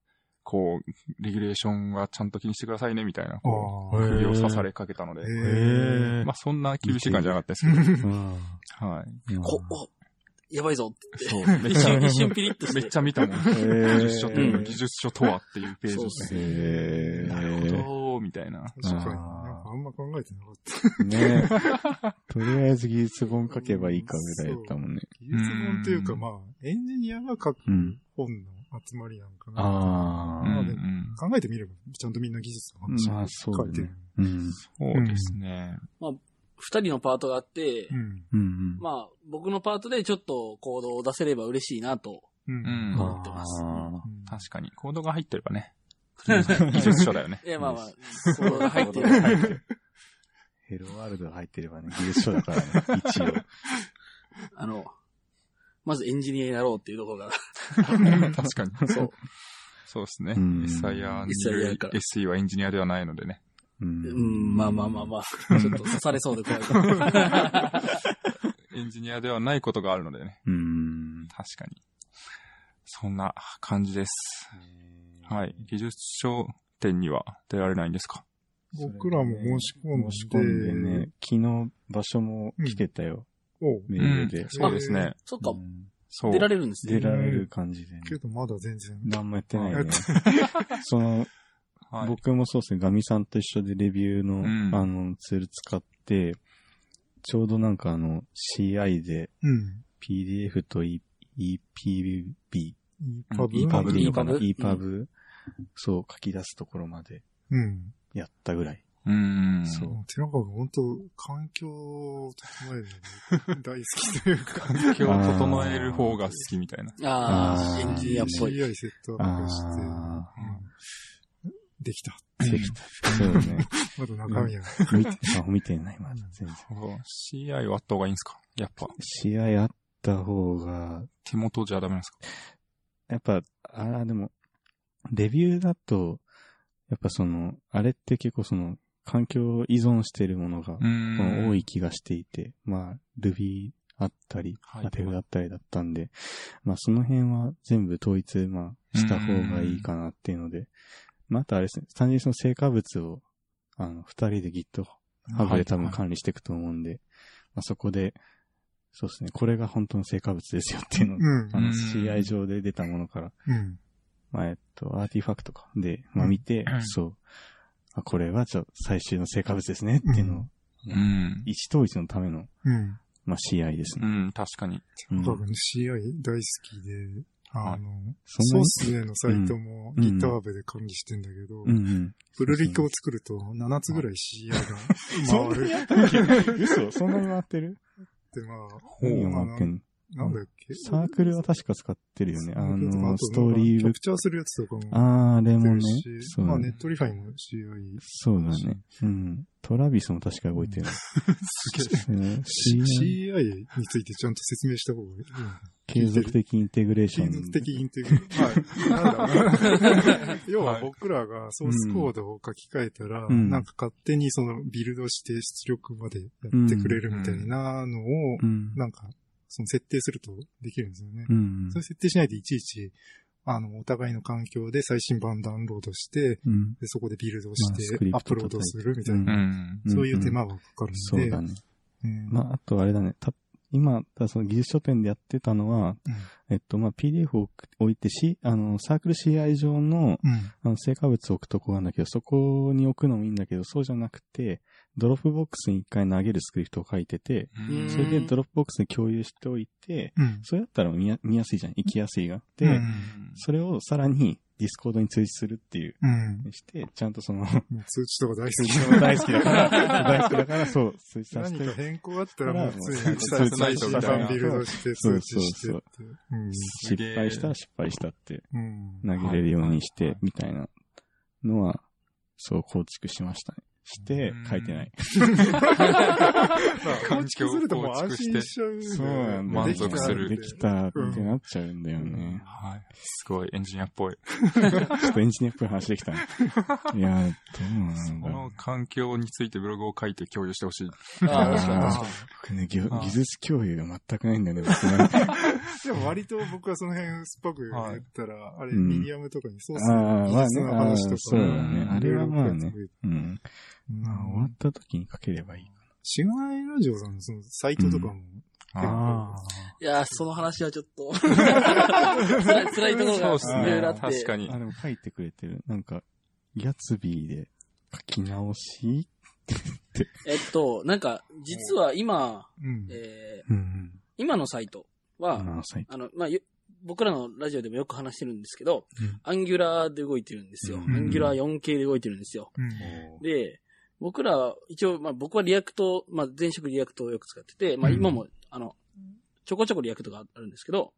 こう、レギュレーションはちゃんと気にしてくださいね、みたいな、
あ
こう、
あ。
へー
首を刺されかけたので、
へー
まあ、そんな厳しい感じじゃなかったですけど、はい。
こ、お、やばいぞって。
そう。め っ
一
ちゃ、
瞬、一瞬ピリッとし
め
て。
っちゃ見たもん。
え
技術書と、
うん
技術書とはっていうページ
そう
を
っす
え
なるほど、みたいな。
確かに。
あー
なんかあんま考えてなかった。
ねえ。とりあえず技術本書けばいいかぐらいだったもんね。
技術本というか、まあ、エンジニアが書く
うん。
本の集まりなんかな。
あ
うん
あ。
うん
考えてみれば、ちゃんとみんな技術の話
まあ
を
そうだ
書
ね
いてる。
うん。
そうですね。
二人のパートがあって、
うん。
うん。
まあ、僕のパートでちょっと行動を出せれば嬉しいなと。
う。
うんん。
ま思ってます
あ
確かに。コードが入ってれば ね。技術書だ よね。
え、まあまあ、
あ
行動が入ってる。
入ってるヘロワールドが入ってればね、技術書だからね、 一応。
あの、まずエンジニアになろうっていうところが、
確かに。
そう。
そうですね。
うん
SIR に
SIR から
SE はエンジニアではないのでね。
う
うん、まあまあまあまあ、ちょっと刺されそうで怖いから。
エンジニアではないことがあるのでね。
うん。
確かに。そんな感じです。はい。技術書店には出られないんですか
僕らも申し込んで、
申し込んでね、昨日場所も来てたよ、
おう
メールで。
そうですね。
そっか
う、ん
そう。
出られるんです
出
ね。
られる感じでね。
けどまだ全然。
何もやってないね
や。
そ の、
はい。
僕もそうですね、ガミさんと一緒でレビューの、
ん
あの、ツール使って、ちょうどなんかあの、CI で
うん。
PDF と E- EPB、
EPUB?
EPUB
EPUB のかな
EPUB
?EPUB、そう、書き出すところまで
うん。
やったぐらい。
うん。
そ
もう寺川が本当、環境を整えるのが大好きというか、
環境を整える方が好きみたいな。
ああ、
あ
エ
ー
ンジニアっぽい。
CI セットアップして、
あ
うんできた。
あ、できた。そうだね。
まだ中身は。
見て、あ見てない、まだ全然。
そう CI はあった方がいいんですかやっぱ、
試合あった方が、
手元じゃダメなんですか
やっぱ、ああ、でも、レビューだと、やっぱその、あれって結構その、環境依存してるものが
う、ん
多い気がしていて、まあ、Ruby、あったり、
はい
当てるだったりだったんで、まあその辺は全部統一、まあした方がいいかなっていうので、まああとあれですね、単純にその成果物を、あの、二人で Git ハブで多分
はい
管理していくと思うんで、まあそこで、そうですね、これが本当の成果物ですよっていうのを、
うん。
あの
うん
CI 上で出たものから、
うん。
まあ、えっと、アーティファクトか。で、まあ見て、そう。あ、これはちょ、最終の成果物ですねっていうのを、
うん。
一統一のための、
うん。
まあ、CI です
う
ね。
ん、確かに。
うん
僕は CI 大好きで、あの、
そ
ソ
ん
ー
な
スへのサイトも
うん
GitHub で管理してんだけど、
に、うんうん。
ブルリックを作ると7つぐらい CI が
そんな
回る
に
っ
やったっけ 嘘そんなに回ってる
て、まあ、
何を
まあ
回ってんの
なんだっけ
サークルは確か使ってるよね。あ
サークルとかあ
の、
と
ストーリー
キ
ブ
ャ
ッ
プチャーするやつとか
ク。
も
ああ、レ
出て
モン
る
ね
し、。
そう
まあ
だ
ネ
ね
ッ。トリファイも CI。
そうだね。うん。トラビスも確か動いてる。
すげえ。
うん CI、
CI についてちゃんと説明した方がいい。
継続的インテグレーショ
継
ン。
続的インテグレーはい。なん だろう要は僕らがソースコードを書き換えたら、
うん
なんか勝手にそのビルドして出力までやってくれるみたいなのを、
うん。
なんか、その設定するとできるんですよね。
うん
それ設定しないでいちいち、あの、お互いの環境で最新版ダウンロードして、
うん。
でそこでビルド
まあ
し
ス
て
クリプト
アップロードするみたいな、
叩いて
う
ん
ん。
そういう手間がかかる
そ
ん
う
で、
だね。
うん
まあ、あとあれだね。た今、たその技術書店でやってたのは、えっと、まあ、PDF を置いてし、あの、サークル CI 上の、
うん
あの、成果物を置くとこがあるんだけど、そこに置くのもいいんだけど、そうじゃなくて、ドロップボックスに一回投げるスクリプトを書いてて、
うん
それでドロップボックスに共有しておいて、
うん。
そうやったら見や見やすいじゃん。行きやすいがあって、
うん
それをさらにディスコードに通知するっていう、
うん。
して、ちゃんと その、
もう通知とか大好
通
き
知も大好きだから、大好きだから、そう、通知させ
何
て
か。変更あったら、もう普通に
そうそう
最新版ビルドして
そう
通
そう
知してって。うん
失敗したら失敗したって。
うん
投げれるようにし
は
て
い、
みたいなのは、そう構築しましたね。して
うん、
書いてない。
構築するともう安心しちゃう。
だ
でき
満
た
足する
できたってなっちゃうんだよね。
はい。すごい、エンジニアっぽい。
ちょっとエンジニアっぽい話できたね。いやー、どうな
そ
んだろ
の
う。
環境についてブログを書いて共有してほしい。
ああ、確かに確か
僕ね、技
あー
技術共有が全くないんだよね、僕ね
でも割と僕はその辺酸っぱくやったら、あれ、
うん
ミディアムとかにソース
あー
の
ま
技
あ
術
ね
の話とか。
そう
だね
ん
あれはまあね。
いろいろ書いてくれて
うん。
うん
まあ、終わった時に書ければいい。
シグナイラジオさんのそのサイトとかも。
あ
に。いやー、その話はちょっと辛い、辛いところ
そうっす
がいろいろあ
ね
って。。
確か
ー
に
あ、。でも書いてくれてる。なんか、ギャツビーで書き直し
えっと、なんか、実は今、
うん。
えー、
うん。
今のサイトは、
ああ、最
あの、まあ、よ僕らのラジオでもよく話してるんですけど、
うん
アンギュラーで動いてるんですよ。
うん
アンギュラー 4K で動いてるんですよ。
うん
で、僕ら、一応、まあ、僕はリアクト、まあ、前職リアクトをよく使ってて、まあ、
うん
今も、あの、ちょこちょこリアクトがあるんですけど、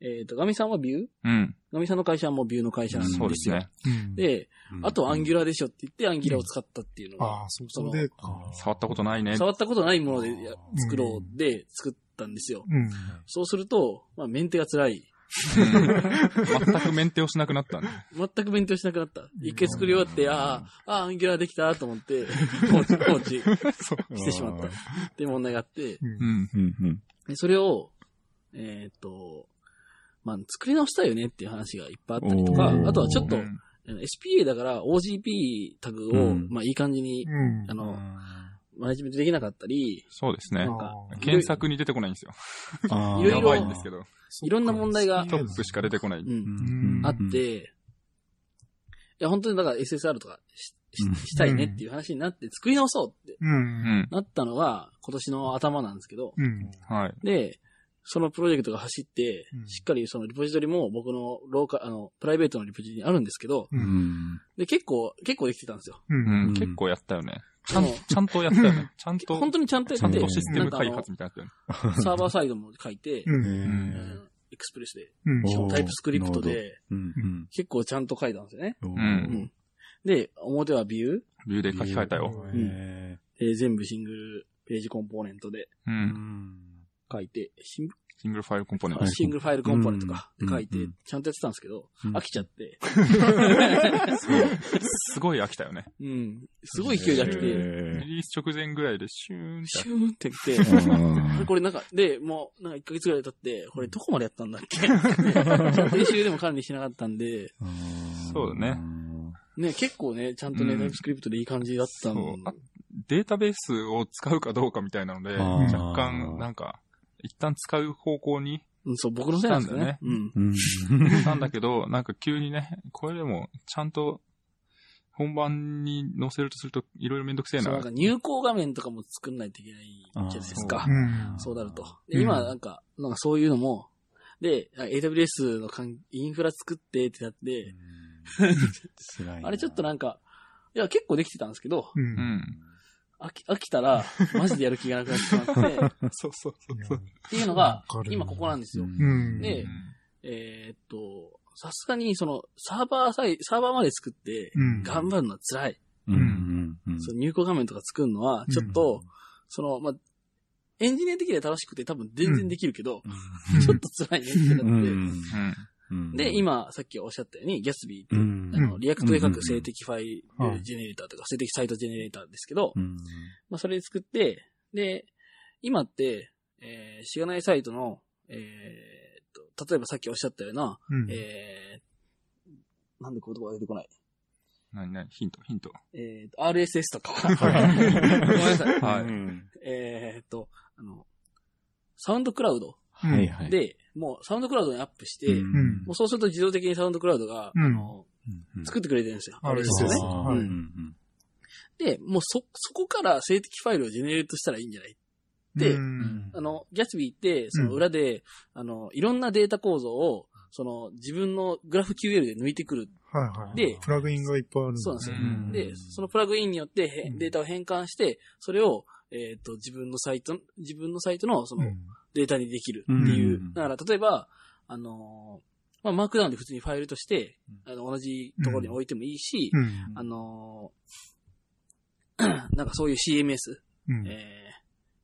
えっ、と、ガミさんはビュー
うん。
ガミさんの会社はもうビューの会社なんです
そ
よ。
うですね。
うん。
であとアンギ
ュ
ュラーでしょって言って、アンギュラーを使ったっていうのが、
ああ、そうそうで。
触ったことないね。
触ったことないものでや作ろ
う
うで作ったんですよ。
うん。
そうすると、まあ、メンテが辛い。
うん全くメンテをしなくなったね。
全く勉強しなくなった。一回作り終わって、ああ、ああ、アンギュラーできたと思って、放置、放置
ラ
してしまった。っていう問題があって、
う。
うんん。
うんうん。
でそれを、えーっと、まあ、作り直したいよねっていう話がいっぱいあったりとか
お、ー
あとはちょっと、
うん
あの SPA だから OGP タグを、
うん
まあ、いい感じに、
うん
あ。の、マネジメントできなかったり、
そうですね
な。んか
あー
検索に出てこないんですよ。
あー
いろい
や
ろ
ばいんですけど。
いろんな問題が
トップしか出てこない。
う、
うんん
あって、いや、本当にだから SSR とかし
うん
ししたいねっていう話になって、作り直そうって
う。
うんん。
なったのが、今年の頭なんですけど、
うん。
はい。
で、そのプロジェクトが走って
う、ん
しっかりそのリポジトリも僕のローカあの、プライベートのリポジトリにあるんですけど、
う。
うんん。
で、結構、結構できてたんですよ。
う。
うん
うん
ん。結構やったよね。ちゃん
でも
ちゃんとやったよね。ちゃんと、
本当にちゃんとや
ちゃ
っ
ん
て、
とシステ
な
ム
んかあ
開
の
発みたいなやっ
サーバーサイドも書いて、
う。
うん。
うんんエクスプレスで、
うん。
お
しかも
ー
タイプスクリプトで、
うん。
結構ちゃんと書いたんですよね。
う。
うんん。で、表はビュー、
たよね。ビューで書き換えたよ。
うんへ
えー全部シングルページコンポーネントで
う。
ーうんん。
書いて、シン
シングルファイルコンポーネント
はい
です。
シングルファイルコンポーネントか
う
っ
ん
て書いて
うんうん、
ちゃんとやってたんですけど、
うん
飽きちゃって、
すごい飽きたよね。
うん、すごい勢いで飽きて、
リ
え
リース直前ぐらいでシューンって
シューンってきて、
ーあ
で
ー
これなんか、で、もう、なんか1ヶ月ぐらい経って、これどこまでやったんだっけち ゃんと練習でも管理してなかったんで、
あー
そうだね。
ね、結構ね、ちゃんとね、
うん
タイプスクリプトでいい感じだったの。
そうデータベースを使うかどうかみたいなので、
あー
若干、なんか、一旦使う方 向に
うんそう、僕のせいなんですよね。
なんだ
うん。
うん。
なんだけど、なんか急にね、これでも、ちゃんと、本番に載せるとすると、いろいろめんどくせえ
そう、な
な。
んか入稿画面とかも作んないといけないじゃないですか
あー。
うん
そうなると。
う
で、
ん
今なんか、なんかそういうのも、で、あ AWS の関インフラ作ってってなって、
辛いな。
あれちょっとなんか、いや、結構できてたんですけど、
うん。
う
うん
ん。
飽き飽きたら、マジでやる気がなくなってしまって、っ
そうそう
いや
ていうのが
わか、る
今ここなんですよ。
うん
でえーっと、さすがにその、サーバーさえ、サーバーまで作って
う、ん。
頑張るのは辛い。
うんうんうん。
その入稿画面とか作るのは、ちょっと、その、まあ、エンジニア的には楽しくて多分全然できるけど、ちょっと辛いねって
う
なって、
ん。
うん。
うん
で、、今、さっきおっしゃったように、ギャスビーって
う
いう、
ん
あ。の、リアクトで書く静的ファイ
うん
ルジェネレーターとか、静的サイトジェネレーターですけど、
うん
まあ、それで作って、で、今って、えー、しがないサイトの、えーっと、例えばさっきおっしゃったような、
うん。
えー、なんで言葉が出てこない。
何何ヒント、ヒント。
えーっと、RSS とか、ごめんなさい。
はい
うん
えーっと、あの、サウンドクラウド
はいはい。
で、もうサウンドクラウドにアップして、
うん、
うん
もうそうすると自動的にサウンドクラウドが、
うん
あの、作
っ
ってくれてるんですよ。
RSS
て
て
ね
ね。
あー
はい
うん
で、もうそ、そこから静的ファイルをジェネレートしたらいいんじゃないで
うん
あの、ギャツビーって、その裏で、あの、いろんなデータ構造を、その、自分のグラフ QL で抜いてくる。
はいはい。
で
プラグインがいっぱいある
そうなんですよ
うん
で、そのプラグインによってへ
うん
データを変換して、それを、えっ、と、自分のサイト、自分のサイトのそのデータにできるっていう。
うん
だから、例えば、あのーまあ、マークダウンで普通にファイルとして、あの同じところに置いてもいいし、
うん。
あのー なんかそういう CMS、
うん。
えー、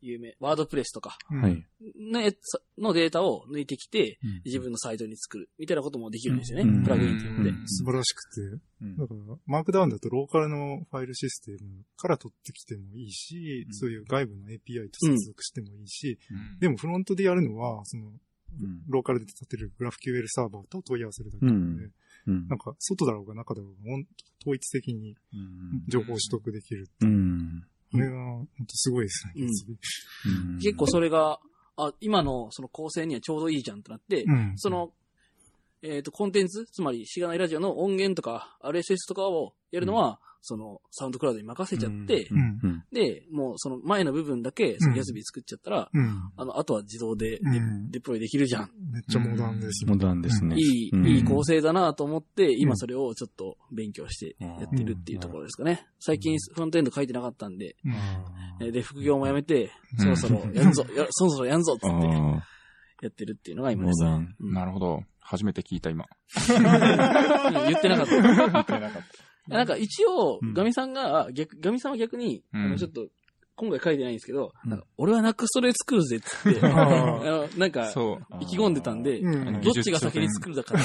有名、ワードプレスとか
うん
はい。
のやつのデータを抜いてきて、
うん
自分のサイトに作る、みたいなこともできるんですよね。
うん
プラグインって
う
言
ん
って。
素晴らしくて。
うん
だから、マークダウンだとローカルのファイルシステムから取ってきてもいいし、
うん
そういう外部の API と接続してもいいし、で
も、
もフロントでやるのは、その、
うん
ローカルで立てる GraphQL サーバーと問い合わせるだけなので、
うんうん
なんか、外だろうが中だろうが、ほん統一的に
うん
情報取得できる。
うん
これが、本当すごいですね。
うん
うん
結構それが、あ、今のその構成にはちょうどいいじゃんってなって、
うん
そ、の、えっ、と、コンテンツ、つまり、しがないラジオの音源とか、RSS とかをやるのは、その、サウンドクラウドに任せちゃって、
うんうん
で、もうその前の部分だけ、その、ヤスビ作っちゃったら、
うん。
あの、あとは自動でデ,、
うん
プロイできるじゃん。
めっちゃモダンですね
モ。ダンですね。
いい、
うん
いい構成だなと思って、
う
今
ん
それをちょっと勉強してやってるっていうところですかね。最
う
近
ん
フロントエンド書いてなかったんで、
うん
えーで、副業もやめて、
う
そろ
ん
そろやんぞ、やそろそろやんぞっつ
あ
ってや
あ
ってるっていうのが
ー、
今
モ
です、
ダ
ね。
ン。
うん
なるほど。初めて聞いた、今。
うん言ってなかった。
みたいなかっ
なんか一応
うん、
ガミさんが、あ逆、ガミさんは逆に、
うん
あの、ちょっと、今回書いてないんですけど、
うん
なんか俺はナクストで作るぜっつって、あのなんか、
そう。
た
意気込んでたんで、
うん
あの
どっちが先に作るだから。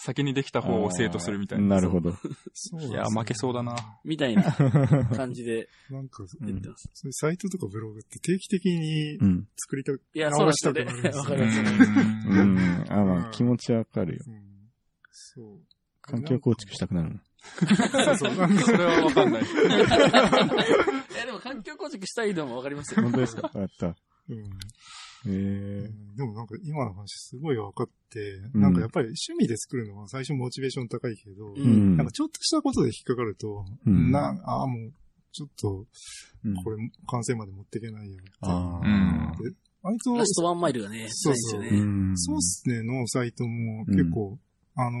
先にできた方を生徒するみたいな。
なるほど。
そう
いや、負けそうだな。
みたいな感じで
なんか、
う
やっ
ん
てます。
そういうサイトとかブログって定期的に
うん。
作りたく、
いや、そう
直したくな
な
る
ん
ん
で
ですす
よね。
よ
わか
ね
ります。
う
うん
ん。あま
う
あ、
ん
気持ちわかるよ。
うんそう。
環境構築したくなるもん。
そうそう、なんか
それはわかんない。
いや、でも環境構築したいのもわかりますよ。
本当ですかあった。
うん
ええ。
うんでもなんか今の話すごい分かって、
うん
なんかやっぱり趣味で作るのは最初モチベーション高いけど、
う
うん。
なんかちょっとしたことで引っかかると、
うん
な、ああ、もう、ちょっと、
うん
これ完成まで持っていけないよって。
あ
うん
あ。
割と
ラ、ストワンマイルがね、
そう
辛
そう
いんですよね。
ん
ソースネのサイトも結構、あのー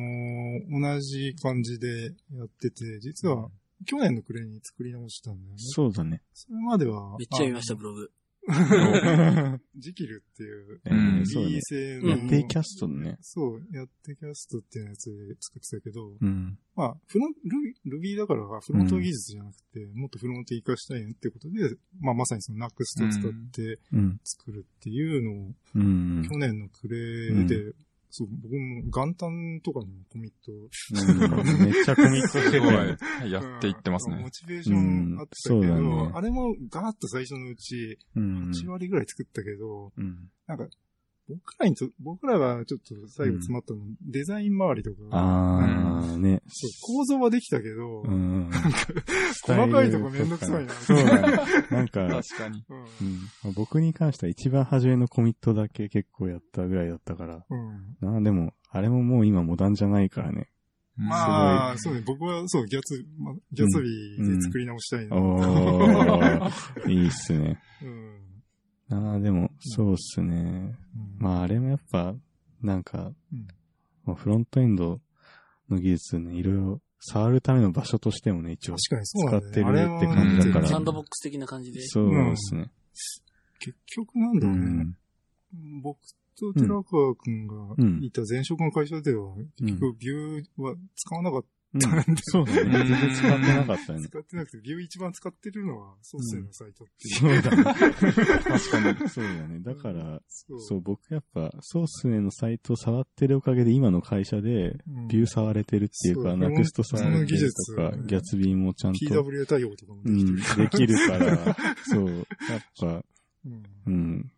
同じ感じでやってて、実は去年の暮れに作り直したんだよね。
そうだね。
それまでは。
めっちゃ見ました、
あ
ブログ。
ジキルっていう、
え
う
ー
ん
そうだね
B 製
う
の。
ん
デイキャストのね。
そう、やってキャストっていうやつで作ってたけど、
うん。
まあ、フロン、ルビルビーだからフロント技術じゃなくて、もっとフロント活かしたいねってことで、まあまさにその NUXT を使って
うん。
作るっていうのを、
うん。
去年の暮れで、そう、僕も元旦とかにもコミット
うんめっちゃコミットして
す
る
ご
よ
い
ね。。
やっていってます
うんモ
ね。
チベーションあったけど、
うんそうだね
あれもガーッと最初のうち、
うん。
1割ぐらい作ったけど、
うん
僕らにと、僕らがちょっと最後詰まったの、デザイン周りとか、
あー、ね。
そう構造はできたけど、
うん。
細かいとこめんどくさいな。
そうだね。なん か、
確かに。
うん
うん僕に関しては一番初めのコミットだけ結構やったぐらいだったから。
うん
なあ、でも、あれももう今モダンじゃないからね。
まあ、そうね、僕はそう、ギャツ、まあギャツビーで作り直したいな。うん
お ー、いいっすね。
うん
なあ、でも、そうっすね。まあ、あれもやっぱ、なんか、
うん
まあフロントエンドの技術ね、いろいろ触るための場所としてもね、一応。
確かにそうなんだよね
使ってるって感
じだか
う
ら
んサンドボックス的な感じで。
そうですね。
結局なんだ
う
ろうね。
ん。
僕と寺川くんがいた前職の会社では、結局ビューは使わなかっ
うんそうだね。全然使ってなかった
た。
よね。
使ってなくて、ビュー一番使ってるのはソースのサイトっていう。
そうだね。確かに。そうだ ね。だから、
そう
そう、僕やっぱ、ソースへのサイトを触ってるおかげで、今の会社で、
うん
ビュー触れてるっていう
そ
か、
う
ナクスト触れてると
その
か
技術、
ギャツビーもちゃんと、
PW 対応とかも
う
できて
ん、
る
で。きる から、そう、やっぱ、
うん
うん、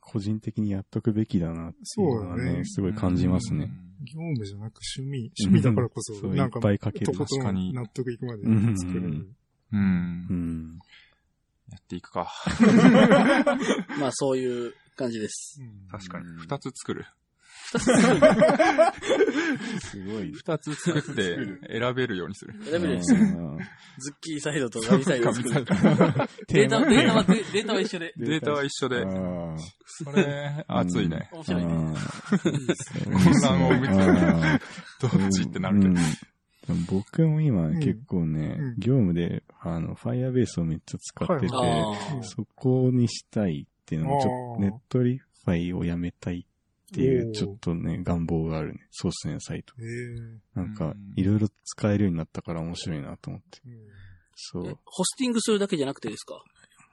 個人的にやっとくべきだなっていうのは
そうだ
ね、
ね
すごい感じますね。。
業務じゃなく趣味、趣味だからこそ
そ、う、い
な
っ
んか、
ぱいかける
と。こと
確かに
ん納得いくまで作れ
うんうんう
る。
うん
う。ん。
やっていくか。
まあそういう感じです。
うん
確かに。二つ作る。
すごい。
二つ作って選べるように する。
選べるようにする
うん
ズッキーサイドとガミサイドを作 る。デ
テ
ー
ー
タ、
マ
データは、データは一緒で。
データは一緒で。
あー
それ、熱いね。
面白いね。
混
乱を生みどっちってなるけど。
僕も今
うん
結構ね、
うん
業務で、あの、Firebase をめっちゃ使ってて、
はい
ああ。
そこにしたいっていうのも、ちょ
あー
ネットリファイをやめたいってい
おー
う、ちょっとね、願望があるね。そうっすね、サイト。
えー
なん
う
か
ん、
いろいろ使えるようになったから面白いなと思って。
うん
そ
え
う。
ホスティングするだけじゃなくてですか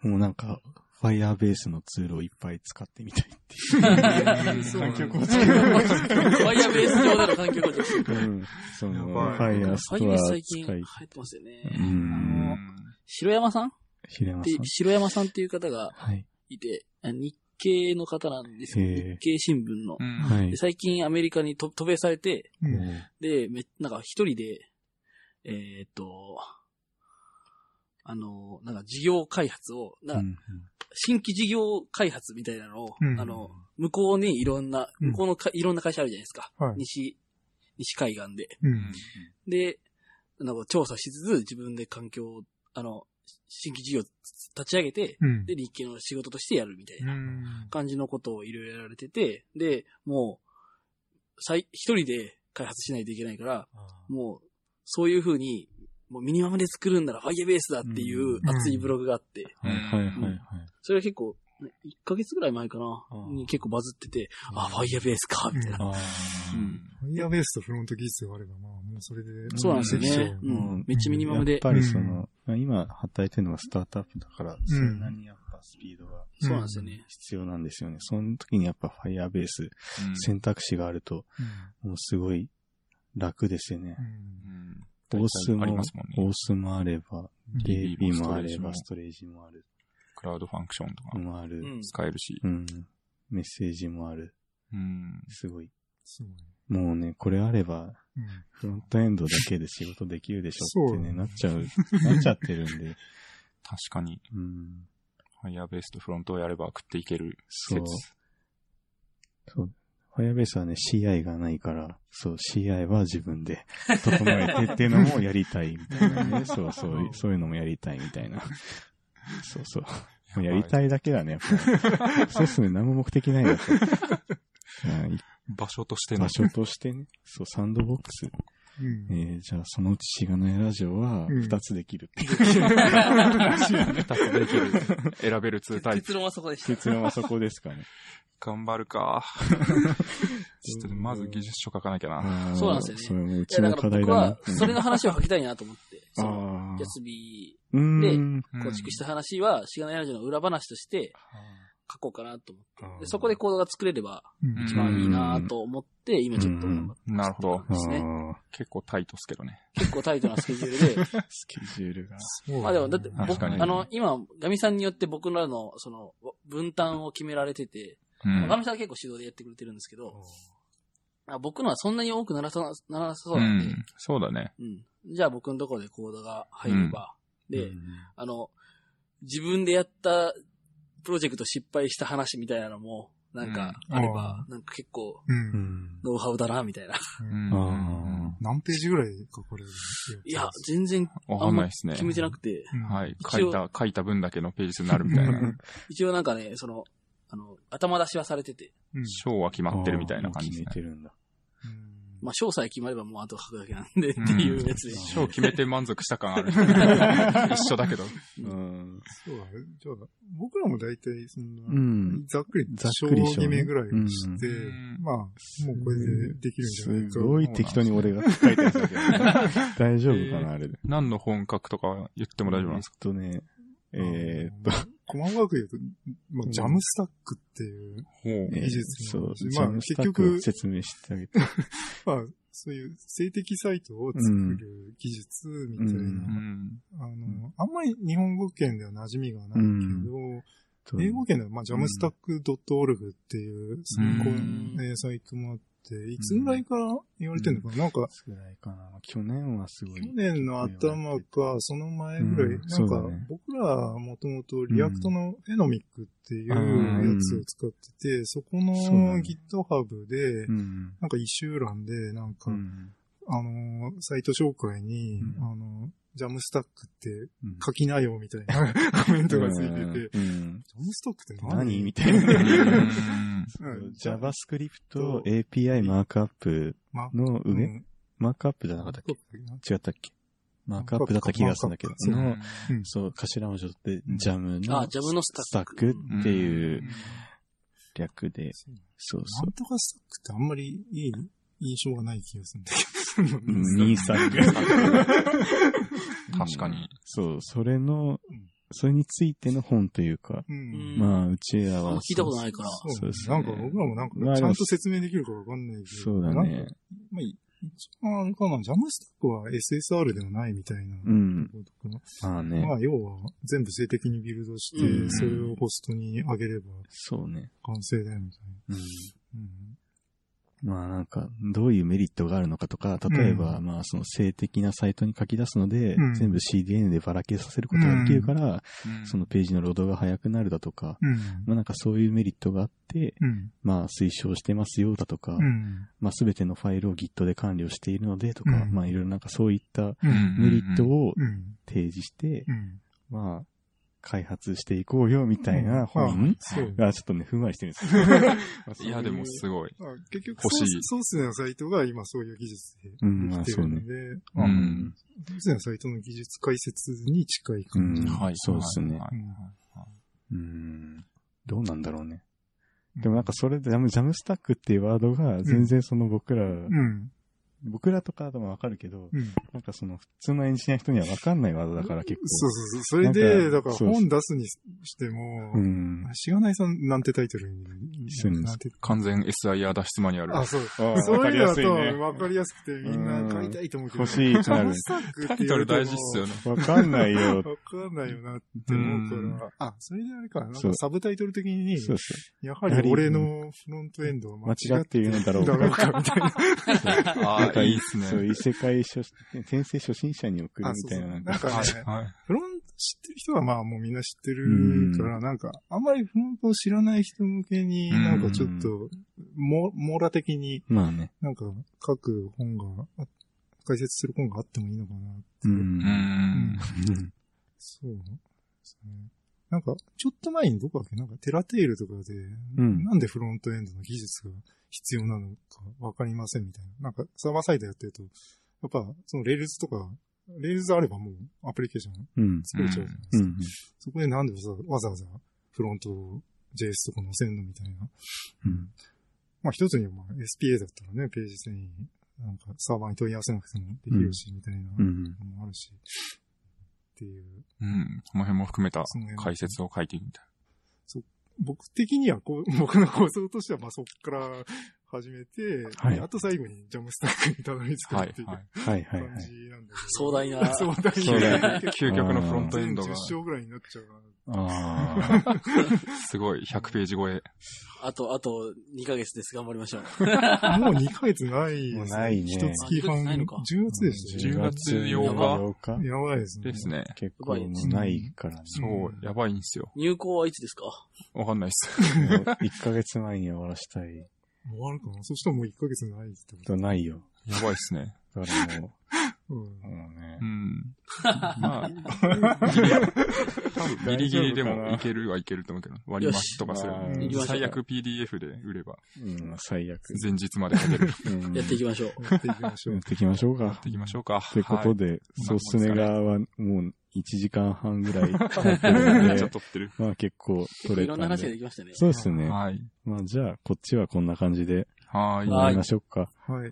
もうなんか、Firebase のツールをいっぱい使ってみたいって
そう
環境構
ワイヤーベース上での環境構築。
いう。うん。その、
やばい
Fire ス
ワイ
ト
ヤーベー
ア
ス
使
最
い。
近流行ってますよ
う
ね。
ん。
白山さんっ
平山
て
さん、。
白山さんっていう方が
はい。
いて、あ日系の方なんですよ。
へえ
日経新聞の。
は
で
い。
最近アメリカにと渡米されて、
うん
で、め、なんか一人で、えーっと、あの、なんか事業開発を、な
うん
か
ん
新規事業開発みたいなのを、
うん
あの、向こうにいろんな、
うん
向こうのか、いろんな会社あるじゃないですか。
はい
西、西海岸で。
うん
で、なんか調査しつつ自分で環境を、あの、新規事業立ち上げて、
うん
で、日系の仕事としてやるみたいな
うん
感じのことをいろいろやられてて、で、もう、最、一人で開発しないといけないから、もう、そういう風に、もうミニマムで作るんなら Firebase だっていう熱いブログがあって、
はいはいはいはい。
それが結構、ね1ヶ月ぐらい前かな
あ、ー
に結構バズってて、あ、Firebase か、みたいな。
あ
ファイアベースとフロント技術があれば、まあ、もうそれで。
そうなんですよね。
あ
う。ん。めっちゃミニマム
や
で
っ。ぱりその、まあ今働いてるのがスタートアップだから、それなりにやっぱスピードが
そうなんですよね。
必要なんですよね。その時にやっぱ Firebase 選択肢があると、もうすごい楽ですよね
う。ん。
オース
あり
も
ますもん、
オ
ね。
ースもあれば、
DB
DB もあれ
も
ば、ストレージもある、
クラウドファンクションとか
もある
う、ん。
使えるし。
うん。メッセージもある。
うん。
すごい。
すごい。
もうね、これあれば、
うん
フロントエンドだけで仕事できるでしょってね、
そう
なっちゃう、なっちゃってるんで。
確かに、
うん。
ファイアベースとフロントをやれば食っていける
そ
説
う。。そう。Firebase はね、CI がないから、そう、CI は自分で整えてっていうのもやりたいみたいなね。そうそういう、そういうのもやりたいみたいな。そうそう。もうやりたいだけだね、やっぱりそうっすね、何も目的ないやつ。うん
場所としての
場。所としてね、そう、サンドボックス。
うん
えーじゃあそのうちしがないラジオは
うん
2つできるっていう、
二つできる。選べる2タイプ。
結論はそこでした。
結論はそこですかね。
頑張るか。 ちょっとねまず技術書書かなきゃな。
あー
そうなんですよね
それもう
いや、
ち
だ
の
か
課
ら
題
僕
だな
は。、それの話を書きたいなと思って、その、
ああ。
やつび
うー
で
ん。
構築した話は、しがないラジオの裏話として書こうかなと思って
あー
で、そこでコードが作れれば
うん
一番いいなと思って、今ちょっと頑張って
うんなるほど
作ってますね
あー
結構タイトっすけどね。
結構タイトなスケジュールで、
スケジュールが。
そう
まあでも、だって
確
僕、
かに
あの、今、ガミさんによって僕らの、その、分担を決められてて、
う
まあガ
ん。
ミさんは結構主導でやってくれてるんですけど、あ僕のはそんなに多くならさなならなさそう
う
なんで、
ん。そうだね。
うんじゃあ僕のところでコードが入れば、で、あの、自分でやったプロジェクト失敗した話みたいなのも、なんか、
うん
あれば、なんか結構、
う。
うんん。
ノウハウだな、みたいな。
うん
あ
何ページぐらい書かれる。
いや、全然
わかんないですね。
決めてなくて、
はいい。
一
書
応
いた、書いた分だけのページ数になるみたいな。
一応なんかね、その、あの、頭出しはされてて、
うん
章は決まってるみたいな感じで
あ
す
ーもう決めて
ね。
るんだ。
まあ、詳細決まればもうあと書くだけなんで、っていうやつで
うん
しょ。
章決めて満足し た感ある。一緒だけど。
うん。
そうだね。じゃあ、僕らも大体、そんな、
うん
ざっくり、
ざっ
小
くり小ね
決めぐらいをして、
うん
まあ、もうこれでできるんじゃないか。
すごい適当に俺が書いてるんだけど、大丈夫かな、あれで。
何の本格とか言っても大丈夫なんですか
えっとね、
あの
えーっと、、
コマンワークで言うと、まあ、ジャムスタックっていう、
ほう
え
技
ー
術
そう、
のまあ
ジャムス
結
タッ
局
クを説明してあげて。
まあ、そういう性的サイトを作る技術みたいな、
うんう
うん。
あの、あんまり日本語圏では馴染みがないけど、英語圏では、まあ、jamstack.org っていう、そういうこう
うん
えーサイトもあって、いつぐらいから言われてるのかな、なんか、
少ないかな。去年はすごい。
去年の頭か、その前ぐらい、
うん
な
そ
ん
うだ
か
ね、
僕らはもともとリアクトのフェノミックっていうやつを使ってて、そこの
そうだね
GitHub で
う、ん。
なんか一周欄で、なん
う
か、
ん。
あのー、サイト紹介に、
うん
あのー、ジャムスタックって
うん
書きなよみた いなコメントがついてて、ジ
うん。
ャムスタックって何
何み
た
たいな。
うん
JavaScript API マークアップの
い
上、マークアップじゃなかったっけ違ったっけマークアップだった気がするんだけど、
そ
そうの、
うん
そう、頭文字取って
うん、
ジャムの、
あジャムのスタック
クっていう略で、そう
な
そ
んとかスタックってあんまりいい印象がない気がするんだけど。
う。兄さんが。
確かに。
そう、それの
うん、
それについての本というか、
うん。
まあ、うちら
あん
は
ま、聞いたことないから。
そうです、
そう
ね。
で
な
すね
んか僕らもなん
まあ
か、ちゃんと説明できるかわかんないけど。
そうだ
なん
ね
か。。まあ、一番あれかな、ジャムスタックは SSR ではないみたいな。
うん。
ことかな
まあね
ま、あ、要は、全部性的にビルドして
う、ん
それをホストに上げれば
そうね。
完成だよ、みたい
うん
な。
まあなんか、どういうメリットがあるのかとか、例えば、
う
まあその性的なサイトに書き出すので、
うん
全部 CDN でばらけさせることができるから、そ
の、
のページのロードが速くなるだとか、
うん。
まあなんかそういうメリットがあって、
うん。
まあ推奨してますよだとか、
うん。
まあすべてのファイルを Git で管理をしているのでとか、
うん
まあいろいろなんかそういった
うん。
メリットを
うん。
提示して、
うん。
まあ開発していこうよみたいな本
そう。
がちょっとね、ふんわりしてるんですよ。
いや、でもすごい。
まあ結局
欲しい
ソース、ソースのサイトが今そういう技術でで
うんまあ
きてるので、
う
あの
ん。
ソースのサイトの技術解説に近い感じ。
うん
はい。
そうですね
はい
うん。どうなんだろうね。でもなんか、それでジャム、ジャムスタックっていうワードが全然その僕ら、
うん。
僕らとかでもわかるけど、
うん。
なんかその普通のエンジニアの人にはわかんないワードだから結構。
そうそうそう。それ
な
で、
んか
だから
そう
本出すにしても、
うん。
しがないさんなんてタイトルに
するんです
なんて
完全 SIR 脱出マニュアル。
あ、そう。
あ
そういうのだと
わ
分かりやすくて、みんな買いたいと思うけど。
欲しいってなる
ジャムスタック
タ
っ
イ
て言
ト
われ
ル
ても
大事っすよね。
わかんないよ。
わかんないよなって思うから。あ、それであれかな。なん
そ
か
う
サブタイトル的に、
そうそう。
やはり俺のフロントエンドは間
間
違
違っ
っ
て言うのだろう
だろう
か。
か、みたいな。
ああ、いいっす
そう、
ね。
異世界初、転生初心者に送るみたいな。なんか
あそうそうなんかね、
はい。
フロント知ってる人はまあもうみんな知ってるから、なんか、あんまりフロントを知らない人向けに、
うん
なんかちょっと、も、網羅的に
まあね。
なんか書く本が、あ解説する本があってもいいのかな。
う。
うん
うん
ん。
そうですね。なんか、ちょっと前にどこだっけなんかテラテールとかで、
うん
なんでフロントエンドの技術が必要なのかわかりませんみたいな。なんか、サーバーサイドやってると、っぱ、そのレールズとか、レールズあればもうアプリケーション
うん。
作れちゃうじゃないですか。
うんうん。
そこでなんでわざわざわざフロントを JS とか載せんのみたいな。
うん。
まあ一つにはまあ SPA だったらね、ページ遷移、なんかサーバーに問い合わせなくてもできるし、みたいな
うん。
のもあるし、っていう。
うん。この辺も含めた
その辺
解説を書いてみたい
僕的にはこう、 僕の構想としてはまあそこから始めて、
はい
あと最後にジャムスタックにたどり着く
な。は
っ
い
てい。う
は
感
い。
はいはいは
じ
い。
なんだけど。
壮大な
壮 大
究
な。
極 究極のフロントエン
全
ド
10
が、
章ぐらいになっちゃうかな。
ああ。
すごい100ページ超え。
あと、あと、2ヶ月です。頑張りましょう。
もう2ヶ月 ないです、
もうないね
一月
あ一ヶ月
半。
ないのか
10月でした
10
よ
月8
日
やばいですね。
ですね。
結構もうないからね。
そうう、やばいんですよ。
入校はいつですか
わかんないっす。
もう1ヶ月前に終わらしたい。
終わるかなそしたらもう1ヶ月ないってこ
とないよ。
やばいっすね。
だからも
と。うん
う、。もうね
う。ん。まあ、ギリギリでもいけるはいけると思うけど、割り増しとかする
よし。
行きましょう
最悪 PDF で売れば、
うん、まあ最悪。
前日まで書ける。
うん
やっていきましょう。
やっていきましょ
やっ
う。
ていきましょうか。
行きましょうか。
ってことで、ソスネ側はもう1時間半ぐらい経ってる
はい。
の
めっちゃ
で、
撮ってる。
まあ結構取
い
れた
ろんなん話が
で。
できましたね。
そうですね。
はい。
まあじゃあ、こっちはこんな感じで
はい
終。わりましょうか。
はい。